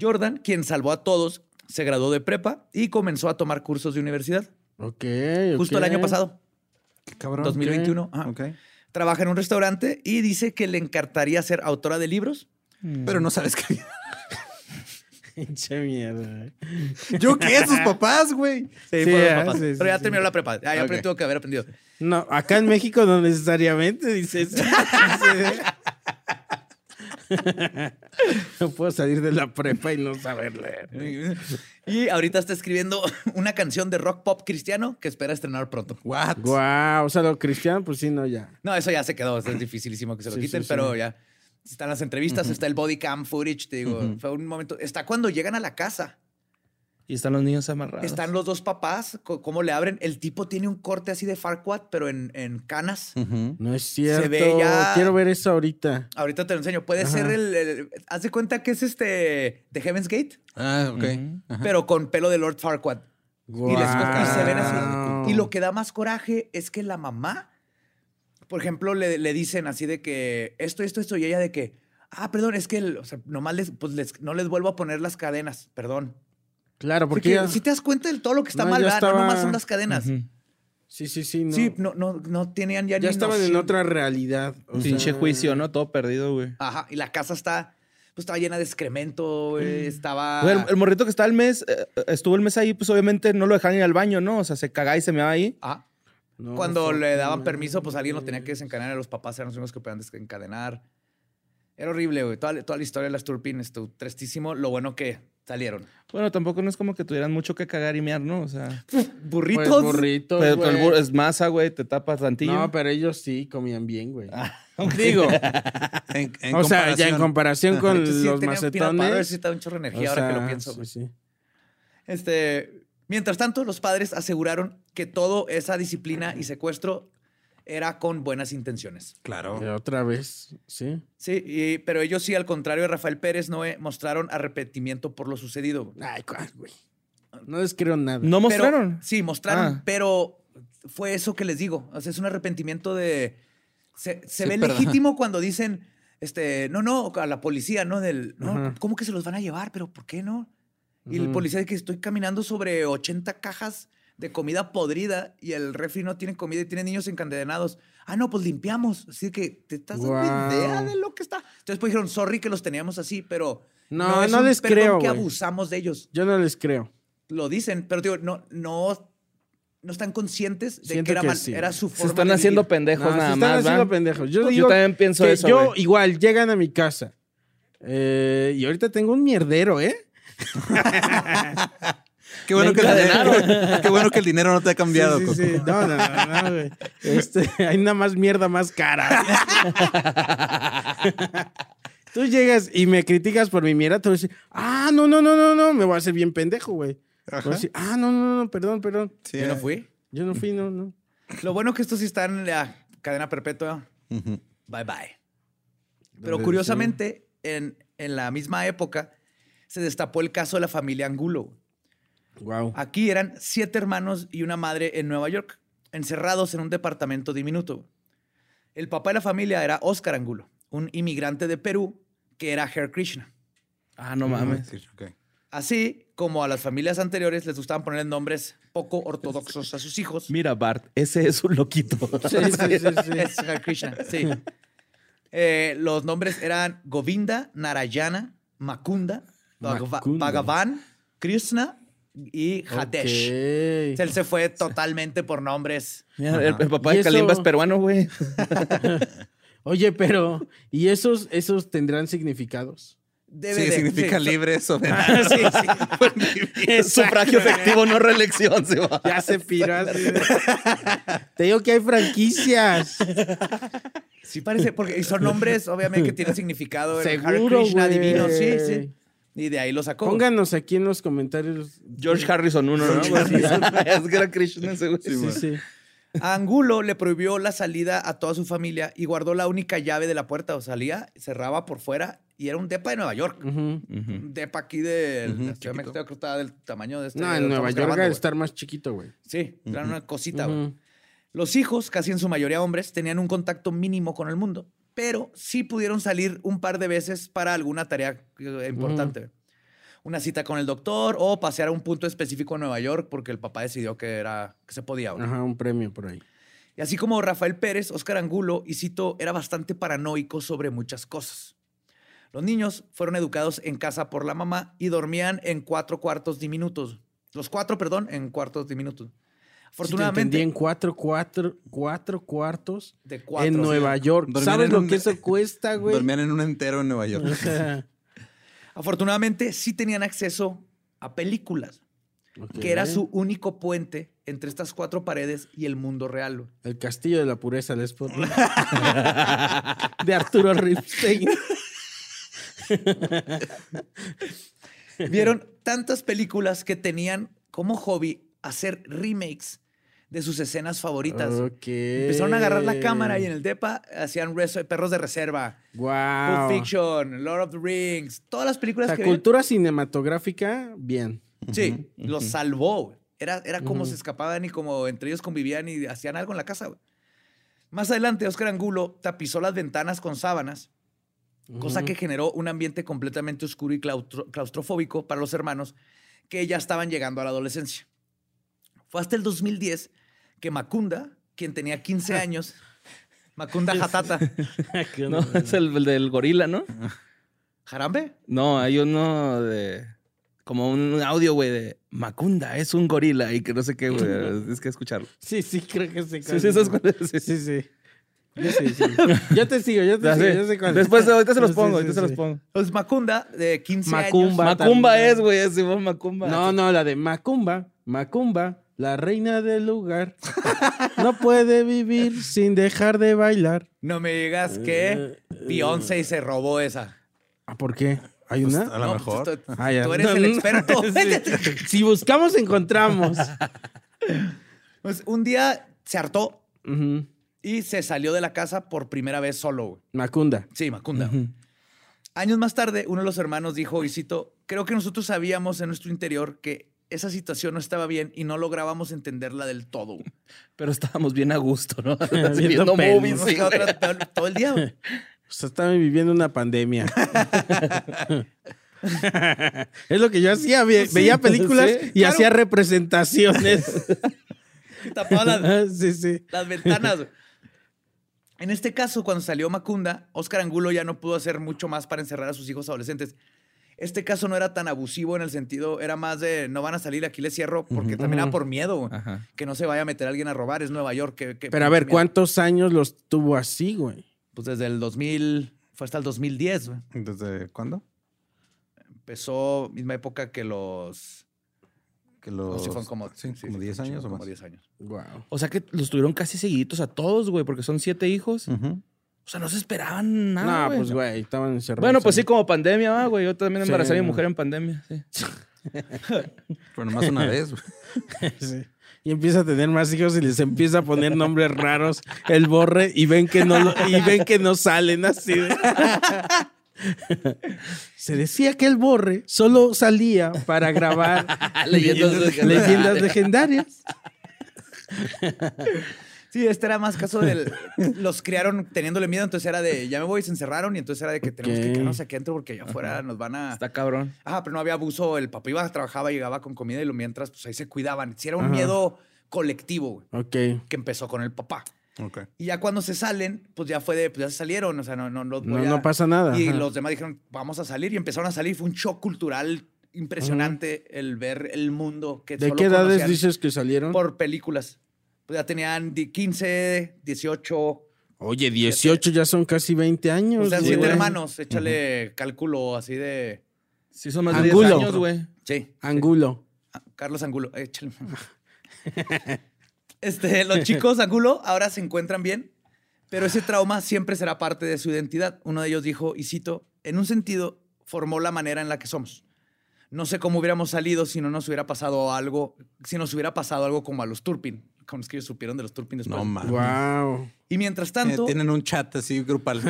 Jordan, quien salvó a todos, se graduó de prepa y comenzó a tomar cursos de universidad, Ok. justo el ok. año pasado, Qué cabrón. 2021. Ajá. Ok. Trabaja en un restaurante y dice que le encantaría ser autora de libros. Pero no sabes qué. Pinche mierda. eh. ¿Yo qué? Sus papás, güey. Sí, por los ah, papás. sí, sí, pero ya sí. terminó la prepa. Ah, ya Ok. tuvo que haber aprendido. No, acá en México no necesariamente dices. no puedo salir de la prepa y no saber leer. Y ahorita está escribiendo una canción de rock pop cristiano que espera estrenar pronto. What? Guau, o sea, lo cristiano, pues sí, no, ya. No, eso ya se quedó. eso es dificilísimo que se lo Sí, quiten, sí, sí. pero ya están las entrevistas, está el body cam footage. Te digo, fue un momento. Está cuando llegan a la casa. Y están los niños amarrados. Están los dos papás, co- cómo le abren. El tipo tiene un corte así de Farquad, pero en, en canas. Ujú. No es cierto. ve ya- Quiero ver eso ahorita. Ahorita te lo enseño. Puede Ajá. ser el, el- Haz de cuenta que es este. The Heaven's Gate, Ah, ok. Ajá. pero con pelo de Lord Farquad. Y, les- y se ven Guau. así. Y lo que da más coraje es que la mamá, por ejemplo, le, le dicen así de que esto, esto, esto, y ella de que, ah, perdón, es que el- o sea, nomás les, pues les- no les vuelvo a poner las cadenas, perdón. Claro, porque. Porque ya- si te das cuenta de todo lo que está No, mal, ya ¿verdad? no estaba- nomás son las cadenas. Ujú. Sí, sí, sí. No. Sí, no, no, no tenían ya, ni ya estaban en noción. otra realidad. o Pinche sea, eh, juicio, ¿no? Todo perdido, güey. Ajá, y la casa está, pues estaba llena de excremento, Mm. güey, ah. estaba... Güey, el, el morrito que está el mes, eh, eh, estuvo el mes ahí, pues obviamente no lo dejaban ir al baño, ¿no? O sea, se cagaba y se meaba ahí. Ajá. no, Cuando fue- le daban permiso, pues alguien lo tenía que desencadenar. A los papás eran los únicos que podían desencadenar. Era horrible, güey. Toda, toda la historia de las turpines, tú, tristísimo. Lo bueno que salieron. Bueno, tampoco no es como que tuvieran mucho que cagar y mear, ¿no? O sea, Pues, Burritos. burritos, pero el güey. burro es masa, güey, te tapas tantillo. No, pero ellos sí comían bien, güey. Digo, En- en o sea, ya en comparación- comparación con Entonces, sí, los tenía peanut butter, sí macetones. estaba un chorro de energía o ahora que sea, lo pienso. sí, güey. sí. Este, mientras tanto, los padres aseguraron que toda esa disciplina y secuestro era con buenas intenciones. Claro. Pero otra vez, sí. Sí, y- pero ellos sí, al contrario de Rafael Pérez Noé, mostraron arrepentimiento por lo sucedido. güey. Ay, cuál, güey. No les creo nada. ¿No Pero- mostraron? sí, mostraron, Ah. pero fue eso que les digo. O sea, es un arrepentimiento de. Se, se Sí, ve perdón. legítimo cuando dicen, este, no, no, a la policía, ¿no? Del, no, Ajá. ¿cómo que se los van a llevar? ¿Pero por qué no? Y el Ujú. policía dice que estoy caminando sobre 80 cajas de comida podrida y el refri no tiene comida y tiene niños encadenados. Ah, no, pues limpiamos. Así que te estás Guau. dando idea de lo que está. Entonces pues dijeron, sorry que los teníamos así, pero No, es no un les perdón creo, que güey. abusamos de ellos Yo no les creo. lo dicen, pero digo, no, no, no están conscientes de Siento que era, que mal- sí. era su forma. Se están de haciendo vivir. pendejos No, nada se están más, haciendo ¿va? pendejos. Yo, Yo digo también pienso que eso, Yo güey. igual llegan a mi casa eh, y ahorita tengo un mierdero, ¿eh? Qué bueno, que el dinero, qué bueno que el dinero no te ha cambiado. Sí, sí, Coco. sí. No, no, no, no, güey. Este, hay nada más mierda más cara. Tú llegas y me criticas por mi mierda, tú dices, ah, no, no, no, no, no, me voy a hacer bien pendejo, güey. Voy a decir, ah, no, no, no, perdón, perdón. Sí, Yo no eh. fui. Yo no fui, no, no. Lo bueno que estos sí están en la cadena perpetua. Bye bye. Pero curiosamente, en, en la misma época, se destapó el caso de la familia Angulo. Wow. Aquí eran siete hermanos y una madre en Nueva York, encerrados en un departamento diminuto. El papá de la familia era Óscar Angulo, un inmigrante de Perú que era Hare Krishna. Ah, no mames. Así como a las familias anteriores les gustaban poner nombres poco ortodoxos a sus hijos. Mira, Bart, ese es un loquito. Es Hare Krishna, sí. Eh, los nombres eran Govinda, Narayana, Makunda, Bhagava- Makunda. Bhagavan, Krishna y Hadesh. Ok. Él se fue totalmente por nombres. Mira, el, el papá Y de eso- Kalimba es peruano, güey. Oye, pero ¿y esos esos tendrán significados? Debe Sí, de- significa sí, libre, soberano. sí, sí. Sufragio efectivo, no reelección, se va. Ya se piró así de- Te digo que hay franquicias. Sí parece, porque y son nombres, obviamente, que tienen significado. el Hare Seguro, Krishna güey. divino, sí, sí. Y de ahí lo sacó. Pónganos aquí en los comentarios. George Harrison, uno, ¿no? güey? es que era Krishna ese, güey. Sí, sí. A Angulo le prohibió la salida a toda su familia y guardó la única llave de la puerta. O salía, cerraba por fuera y era un depa de Nueva York. Ujú. Ujú. Un depa aquí de la Ciudad de chiquito. México, creo que estaba del tamaño de este. No, de en donde estamos Nueva York grabando, debe güey. estar más chiquito, güey. Sí, era una cosita, güey. Ujú. Los hijos, casi en su mayoría hombres, tenían un contacto mínimo con el mundo, pero sí pudieron salir un par de veces para alguna tarea eh, importante. Una cita con el doctor o pasear a un punto específico en Nueva York porque el papá decidió que era que se podía. güey. Ajá, un premio por ahí. Y así como Rafael Pérez, Óscar Angulo y Cito era bastante paranoico sobre muchas cosas. Los niños fueron educados en casa por la mamá y dormían en cuatro cuartos diminutos. Los cuatro, perdón, en cuartos diminutos. Afortunadamente. Afortunadamente, en cuatro, cuatro, cuatro cuartos de cuatro. en Nueva York. Dormían ¿Sabes en lo un- que eso cuesta, Ah, güey? Dormían en un entero en Nueva York. O sea, Afortunadamente, sí tenían acceso a películas, ok. que era su único puente entre estas cuatro paredes y el mundo real. güey. El castillo de la pureza, les pongo. de Arturo Ripstein. Vieron tantas películas que tenían como hobby hacer remakes de sus escenas favoritas. Ok. Empezaron a agarrar la cámara y en el DEPA hacían res- perros de reserva, Wow. Pulp Fiction, Lord of the Rings, todas las películas La que vieron. cultura cinematográfica, bien. Sí, los salvó. güey. Era, era como Ujú. se escapaban y como entre ellos convivían y hacían algo en la casa. güey. Más adelante, Oscar Angulo tapizó las ventanas con sábanas, cosa Ujú. que generó un ambiente completamente oscuro y claustro- claustrofóbico para los hermanos que ya estaban llegando a la adolescencia. Fue hasta el 2010 que Macunda, quien tenía 15 años, Macunda Hatata, No, es el, el del gorila, ¿no? ¿Jarambe? No, hay uno de. Como un audio, güey, de Macunda, es un gorila y que no sé qué, güey. Tienes que escucharlo. Sí, sí, creo que sé Sí, cuál sí, es. ¿sabes cuál es? Sí, sí, sí. Yo, sí, sí. yo te sigo, yo te Ya sigo, sé. yo sé cuál es. Después, ahorita se los Sí, pongo, sí, ahorita se los sí. pongo. Pues Macunda, de 15 años. Macumba. Macumba también. es, güey, es Simón Macumba. No, no, la de Macumba, Macumba, la reina del lugar. No puede vivir sin dejar de bailar. No me digas que Eh, Beyoncé se robó esa. Ah, ¿Por qué? ¿Hay Pues, una? a lo No, mejor. pues, Tú, Ah, ya. tú eres el experto. Sí. Si buscamos, encontramos. Pues, un día se hartó Ujú. y se salió de la casa por primera vez solo. güey. Macunda. Sí, Macunda. Años más tarde, uno de los hermanos dijo, y cito, creo que nosotros sabíamos en nuestro interior que esa situación no estaba bien y no lográbamos entenderla del todo. güey. Pero estábamos bien a gusto, ¿no? Así viendo Viendo movies, Hemos sí, quedado güey. tratando todo el día. güey. O sea, estaban viviendo una pandemia. es lo que yo hacía. ve- veía películas sí, y hacía representaciones. Tapaba las, sí, sí. las ventanas. güey. En este caso, cuando salió Macunda, Oscar Angulo ya no pudo hacer mucho más para encerrar a sus hijos adolescentes. Este caso no era tan abusivo en el sentido, era más de no van a salir, aquí les cierro, porque también era por miedo Ah. güey, Ajá. que no se vaya a meter alguien a robar, es Nueva York. Que, que- Pero a ver, mira, ¿cuántos años los tuvo así, güey? Pues desde el 2000, fue hasta el 2010. güey. ¿Desde cuándo? Empezó misma época que los. Que los, no sé, fueron como, sí, sí, como sí, 10 como años o más. Como 10 años. Wow. O sea que los tuvieron casi seguiditos a todos, güey, porque son siete hijos. Ujú. O sea, no se esperaban No, Ah, nada. pues, güey, estaban encerrados. Bueno, pues ahí. sí, como pandemia, va, güey. Yo también Sí, embaracé a mi no. mujer en pandemia, sí. Pero nomás una vez. güey. Sí. y empieza a tener más hijos y les empieza a poner nombres raros, el borre, y ven que no, lo- y ven que no salen así. de- Se decía que el borre solo salía para grabar Leyendas legendarias. leyendas legendarias. Sí, este era más caso del. Los criaron teniéndole miedo, entonces era de ya me voy, se encerraron y entonces era de que tenemos Ok. que quedarnos aquí adentro porque allá afuera nos van a. Está cabrón. Ah, pero no había abuso. El papá iba, trabajaba, llegaba con comida y lo mientras, pues ahí se cuidaban. Si era un miedo colectivo güey, Ok. que empezó con el papá. Ok. Y ya cuando se salen, pues ya fue de, pues ya se salieron, o sea, no, no, los No, voy a- no pasa nada. Y ajá. los demás dijeron, vamos a salir y empezaron a salir. Fue un shock cultural impresionante el ver el mundo que ¿De solo qué edades conocían dices que salieron? Por películas. Pues ya tenían di- 15, 18, Oye, 18 ya son casi 20 años. o sea, güey. siete hermanos. Échale cálculo así de... Sí, son más de Angulo. 10 años, güey. Sí, Angulo. Ah, Carlos Angulo, échale. este, los chicos Angulo ahora se encuentran bien, pero ese trauma siempre será parte de su identidad. Uno de ellos dijo, y cito, en un sentido, formó la manera en la que somos. No sé cómo hubiéramos salido si no nos hubiera pasado algo, si nos hubiera pasado algo como a los Turpin, con los que ellos supieron de los Turpin después. No mames. Wow. y mientras Eh, tanto, Tienen un chat así grupal.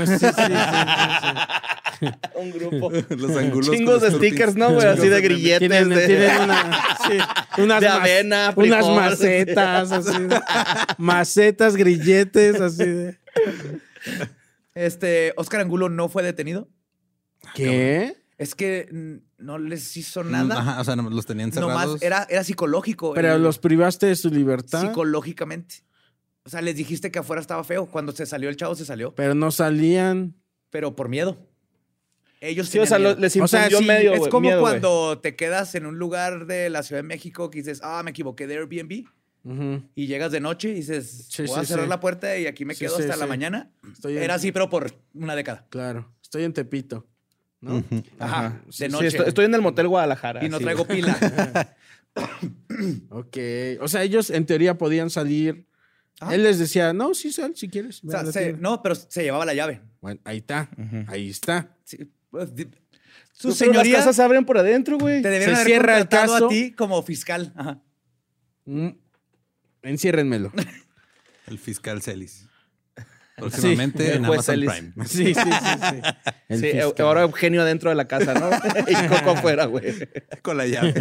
Un grupo. Los ángulos. con Chingos los de turpins. stickers, ¿no, güey? Así de grilletes. Tienen, de- tienen una, sí, unas, de mas- avena, unas frijol. macetas, así. de- macetas, grilletes, así de. este, Oscar Angulo no fue detenido. ¿Qué? Es que mm, no les hizo nada. Ajá, o sea, nomás los tenían cerrados. Nomás era, era psicológico. Pero el- los privaste de su libertad. psicológicamente. O sea, les dijiste que afuera estaba feo. Cuando se salió el chavo, se salió, Pero no salían. pero por miedo. Ellos Sí, o tenían sea, lo- miedo. les O sea, infundió sí, medio, Es güey, como miedo, güey. cuando te quedas en un lugar de la Ciudad de México que dices, ah, me equivoqué de Airbnb. Ujú. Y llegas de noche y dices, Sí, voy a sí, cerrar sí. la puerta y aquí me Sí, quedo sí, hasta la sí. mañana. Estoy en- Era así, pero por una década. Claro. Estoy en Tepito. ¿no? Ajá, de Sí, sí, noche. estoy, estoy en el motel Guadalajara. y no sí, traigo güey. pila. Ok. O sea, ellos en teoría podían salir. Ajá. Él les decía, no, sí, sal si quieres. Ah. O ve sea, a la se- tienda". no, pero se llevaba la llave. Bueno, ahí está. Ahí está. Sí, pues, di- Su Pero señoría Las casas se abren por adentro, güey. te debieron haber cierra el contratado caso. a ti como fiscal. Ajá. Mm. Enciérrenmelo. El fiscal Celis. Próximamente en el juez Amazon Celis. Prime. Sí, sí, sí. sí. El Sí, fiscal. ahora Eugenio adentro de la casa, ¿no? y Coco afuera, güey. Con la llave.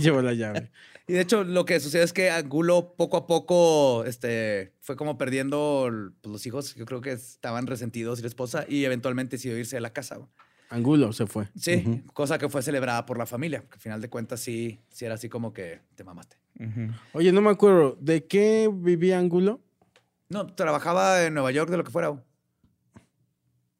Llevo la llave. Y de hecho, lo que sucede es que Angulo poco a poco este, fue como perdiendo pues, los hijos. Yo creo que estaban resentidos y la esposa, y eventualmente decidió irse de la casa. güey. Angulo se fue. Sí, cosa que fue celebrada por la familia. que al final de cuentas, sí, sí era así como que te mamaste. Oye, no me acuerdo. ¿De qué vivía Angulo? No, trabajaba en Nueva York, de lo que fuera. güey.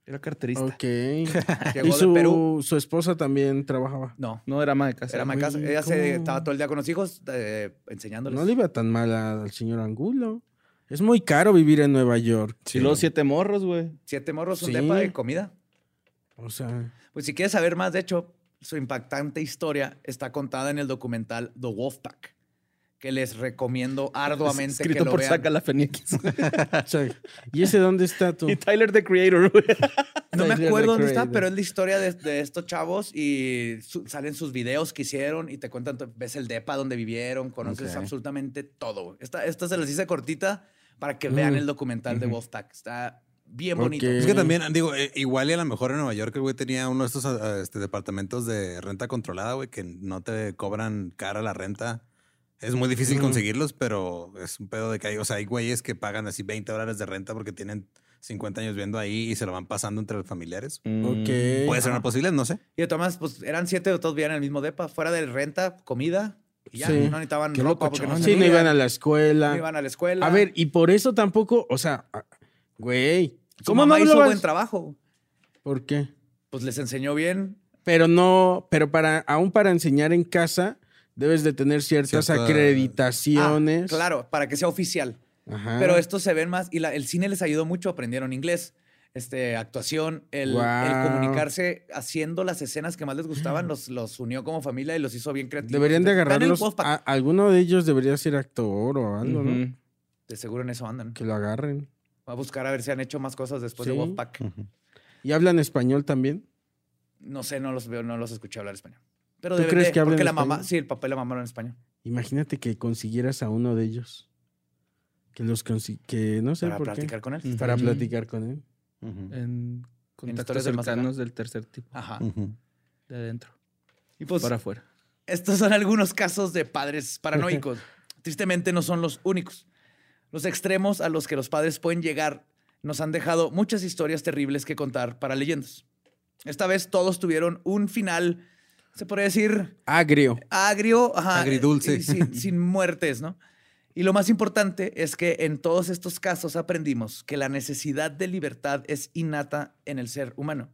Era carterista. Ok. Llegó Ah, ¿Y de Perú. su, su esposa también trabajaba? No, No, era más de casa. era muy más casa. Ella se, ¿cómo? estaba todo el día con los hijos eh, enseñándoles. No le iba tan mal a- al señor Angulo. Es muy caro vivir en Nueva York. Y luego siete morros, güey. Siete morros, un Sí. depa de comida. O sea, Pues si quieres saber más, de hecho, su impactante historia está contada en el documental The Wolfpack, que les recomiendo arduamente Escrito que lo por vean. Saca la Fenix. o sea, ¿y ese dónde está tú? y Tyler the Creator, güey. No me Tyler, the acuerdo dónde está, Creator. pero es la historia de, de estos chavos y su- salen sus videos que hicieron y te cuentan, to- ves el depa donde vivieron, conoces Ok. absolutamente todo. Esta, esta se las hice cortita para que vean Mm. el documental de Wolfpack. Está bien bonito. Ok. Es que también, digo, eh, igual y a lo mejor en Nueva York el güey tenía uno de estos ah, este, departamentos de renta controlada, güey, que no te cobran cara la renta. Es muy difícil Ujú. conseguirlos, pero es un pedo de que hay, o sea, hay güeyes que pagan así 20 dólares de renta porque tienen 50 años viendo ahí y se lo van pasando entre los familiares. Ok. Pues, Puede ser una posibilidad, no sé. Y además, pues eran siete o todos vivían en el mismo depa, fuera de renta, comida y ya. Sí. No necesitaban Qué ropa porque no, Sí, no salían, iban a la escuela. no iban a la escuela. A ver, y por eso tampoco, o sea, ah, güey, ¿Cómo ¿cómo no mamá hizo hablabas? buen trabajo? ¿Por qué? Pues les enseñó bien. Pero no, pero para aún para enseñar en casa debes de tener ciertas Cierta- Ah, acreditaciones. claro, para que sea oficial. Ajá. Pero estos se ven más y la- el cine les ayudó mucho. Aprendieron inglés, este, actuación, el, el Guau. Ah. comunicarse haciendo las escenas que más les gustaban, los, los unió como familia y los hizo bien creativos. deberían de Está en el agarrarlos. Wolfpack. a- alguno de ellos debería ser actor o algo, ¿no? Ujú. De seguro en eso andan. Que lo agarren. Va a buscar a ver si han hecho más cosas después de Sí. Wolfpack. ¿Y hablan español también? No sé, no los veo, no los escuché hablar español. Pero ¿Tú deben crees de- que hablan porque la español? mamá, sí, el papá y la mamá hablan español. Imagínate que consiguieras a uno de ellos. Que los consi- que no sé para por platicar con él. Mm. qué. Para platicar con él. En contactos historias del más acá. cercanos del tercer tipo, Ajá. de adentro, Y pues, para afuera. Estos son algunos casos de padres paranoicos. Tristemente no son los únicos. Los extremos a los que los padres pueden llegar nos han dejado muchas historias terribles que contar para leyendas. Esta vez todos tuvieron un final, se podría decir, Agrio. agrio, ajá, Agridulce. y sin, sin muertes, ¿no? Y lo más importante es que en todos estos casos aprendimos que la necesidad de libertad es innata en el ser humano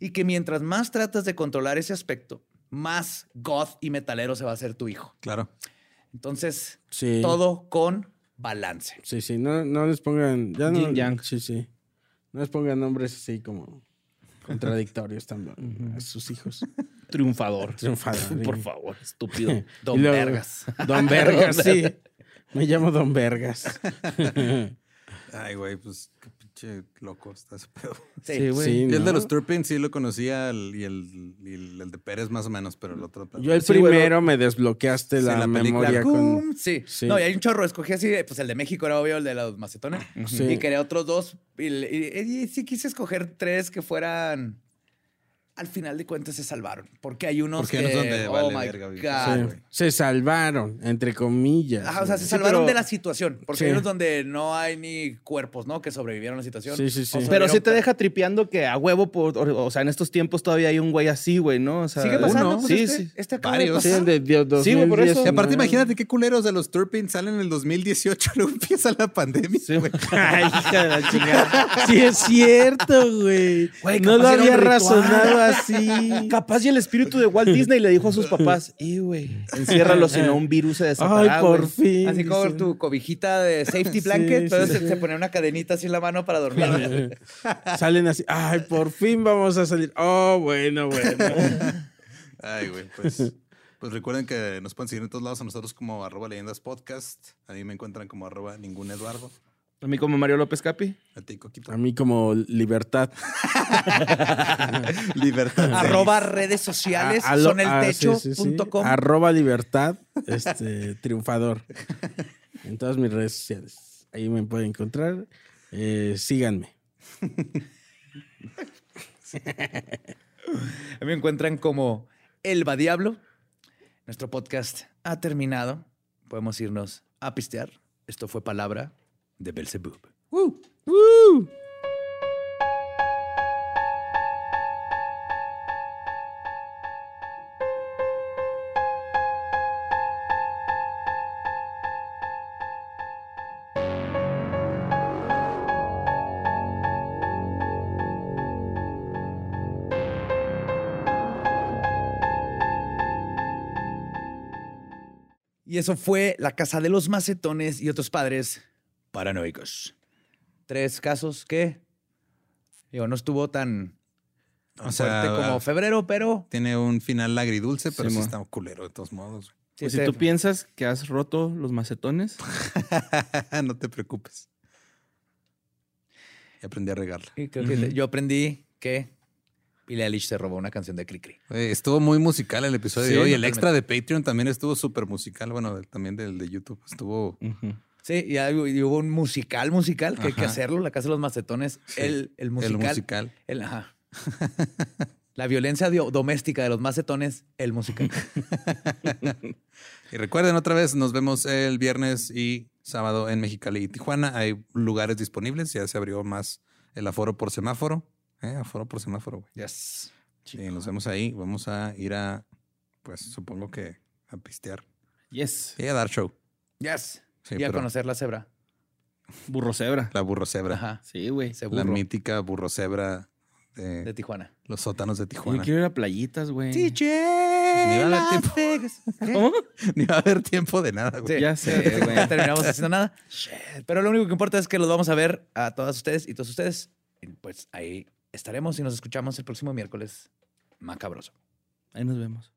y que mientras más tratas de controlar ese aspecto, más goth y metalero se va a hacer tu hijo. Claro. Entonces, Sí. todo con balance. Sí, sí. No, no les pongan. Ya no, Yin yang. Sí, sí. No les pongan nombres así como contradictorios también a sus hijos. Triunfador. Triunfador. Por favor, estúpido. Don Y luego- Vergas. Don Vergas, sí. Me llamo Don Vergas. Ay, güey, pues qué pinche loco está ese pedo. Sí. Sí, güey. Yo el ¿no? de los Turpin sí lo conocía el- y, el, y el, el de Pérez más o menos, pero el otro... Yo el Sí, güey, primero me desbloqueaste Sí, la, la película. memoria con... Sí. Sí. No, y hay un chorro. Escogí así, pues el de México era obvio, el de los macetones. Sí. Y quería otros dos. Y, le- y- y sí quise escoger tres que fueran. Al final de cuentas se salvaron. Porque hay unos Porque que. hay unos donde oh vale my verga, güey. Sí. God. güey. Se salvaron, entre comillas. Ajá, Ah, o sea, se Sí, salvaron pero- de la situación. Porque Sí. hay unos donde no hay ni cuerpos, ¿no? Que sobrevivieron a la situación. Sí, sí, sí. O Pero sí te sobrevivieron, deja tripeando que a huevo, por- o, o sea, en estos tiempos todavía hay un güey así, güey, ¿no? O sea, Sigue pasando. uno. pues, sí, este, sí. Este acaba de Varios. Sí, pasar. el de Dios Sí, güey, por eso. Y aparte, imagínate qué culeros de los Turpin salen en el 2018 y luego empieza la pandemia. güey. Ay, hija de la chingada. Sí, es cierto, güey. Güey, No lo capaz era un había ritual. razonado así. Capaz y el espíritu de Walt Disney le dijo a sus papás, y güey, enciérralo, si no un virus se Ay, desatará, por güey". fin. Así como dice. tu cobijita de Sí, safety blanket, sí, entonces sí. se pone una cadenita así en la mano para dormir. Salen así. Ay, por fin vamos a salir. Oh, bueno, bueno. Ay, güey, pues. Pues recuerden que nos pueden seguir en todos lados a nosotros como arroba leyendas podcast. A mí me encuentran como arroba ningún Eduardo. A mí como Mario López Capi. A ti, Coquito. A mí como libertad. Libertad. Arroba redes sociales A- a lo- son el ah, sí, techo sí, sí. punto com. Arroba libertad, este, triunfador. En todas mis redes sociales. Ahí me pueden encontrar. Eh, síganme. A mí me encuentran como Elba Diablo. Nuestro podcast ha terminado. Podemos irnos a pistear. Esto fue Palabra de Belzebub. Y eso fue La Casa de los Macetones y otros padres paranoicos. Tres casos que, digo, no estuvo tan O fuerte sea, ah. como febrero, pero... tiene un final agridulce, pero sí, Simón. está culero de todos modos. sí Pues si se- tú piensas que has roto los macetones, güey. no te preocupes. Y aprendí a regarla. Y creo que yo aprendí que Billie Eilish se robó una canción de Cricri. Güey, estuvo muy musical el episodio Sí, de hoy. El totalmente. extra de Patreon también estuvo súper musical. Bueno, del- también del de YouTube. Estuvo. Sí, y, algo- y hubo un musical, musical, que hay que Ajá. hacerlo, la Casa de los Macetones, el, el musical. El musical. el- ajá. La violencia dio- doméstica de los macetones, el musical. Y recuerden otra vez, nos vemos el viernes y sábado en Mexicali y Tijuana. Hay lugares disponibles, ya se abrió más el aforo por semáforo. ¿eh? Aforo por semáforo, güey. Yes. Y nos vemos ahí. Vamos a ir a, pues supongo que a pistear yes, y a dar show. Yes. Sí, y a pero conocer la cebra. burro cebra. la burro cebra. Ajá. Sí, güey. Ese La burro mítica burro cebra de, de Tijuana. los sótanos de Yo Tijuana. quiero ir a playitas, güey. Ni va a haber tiempo, ¿Cómo? ni va a haber tiempo de nada, güey. Sí, Ya sé, sí, güey. No terminamos haciendo nada. Pero lo único que importa es que los vamos a ver a todas ustedes y todos ustedes. Y pues ahí estaremos y nos escuchamos el próximo miércoles. Macabroso. Ahí nos vemos.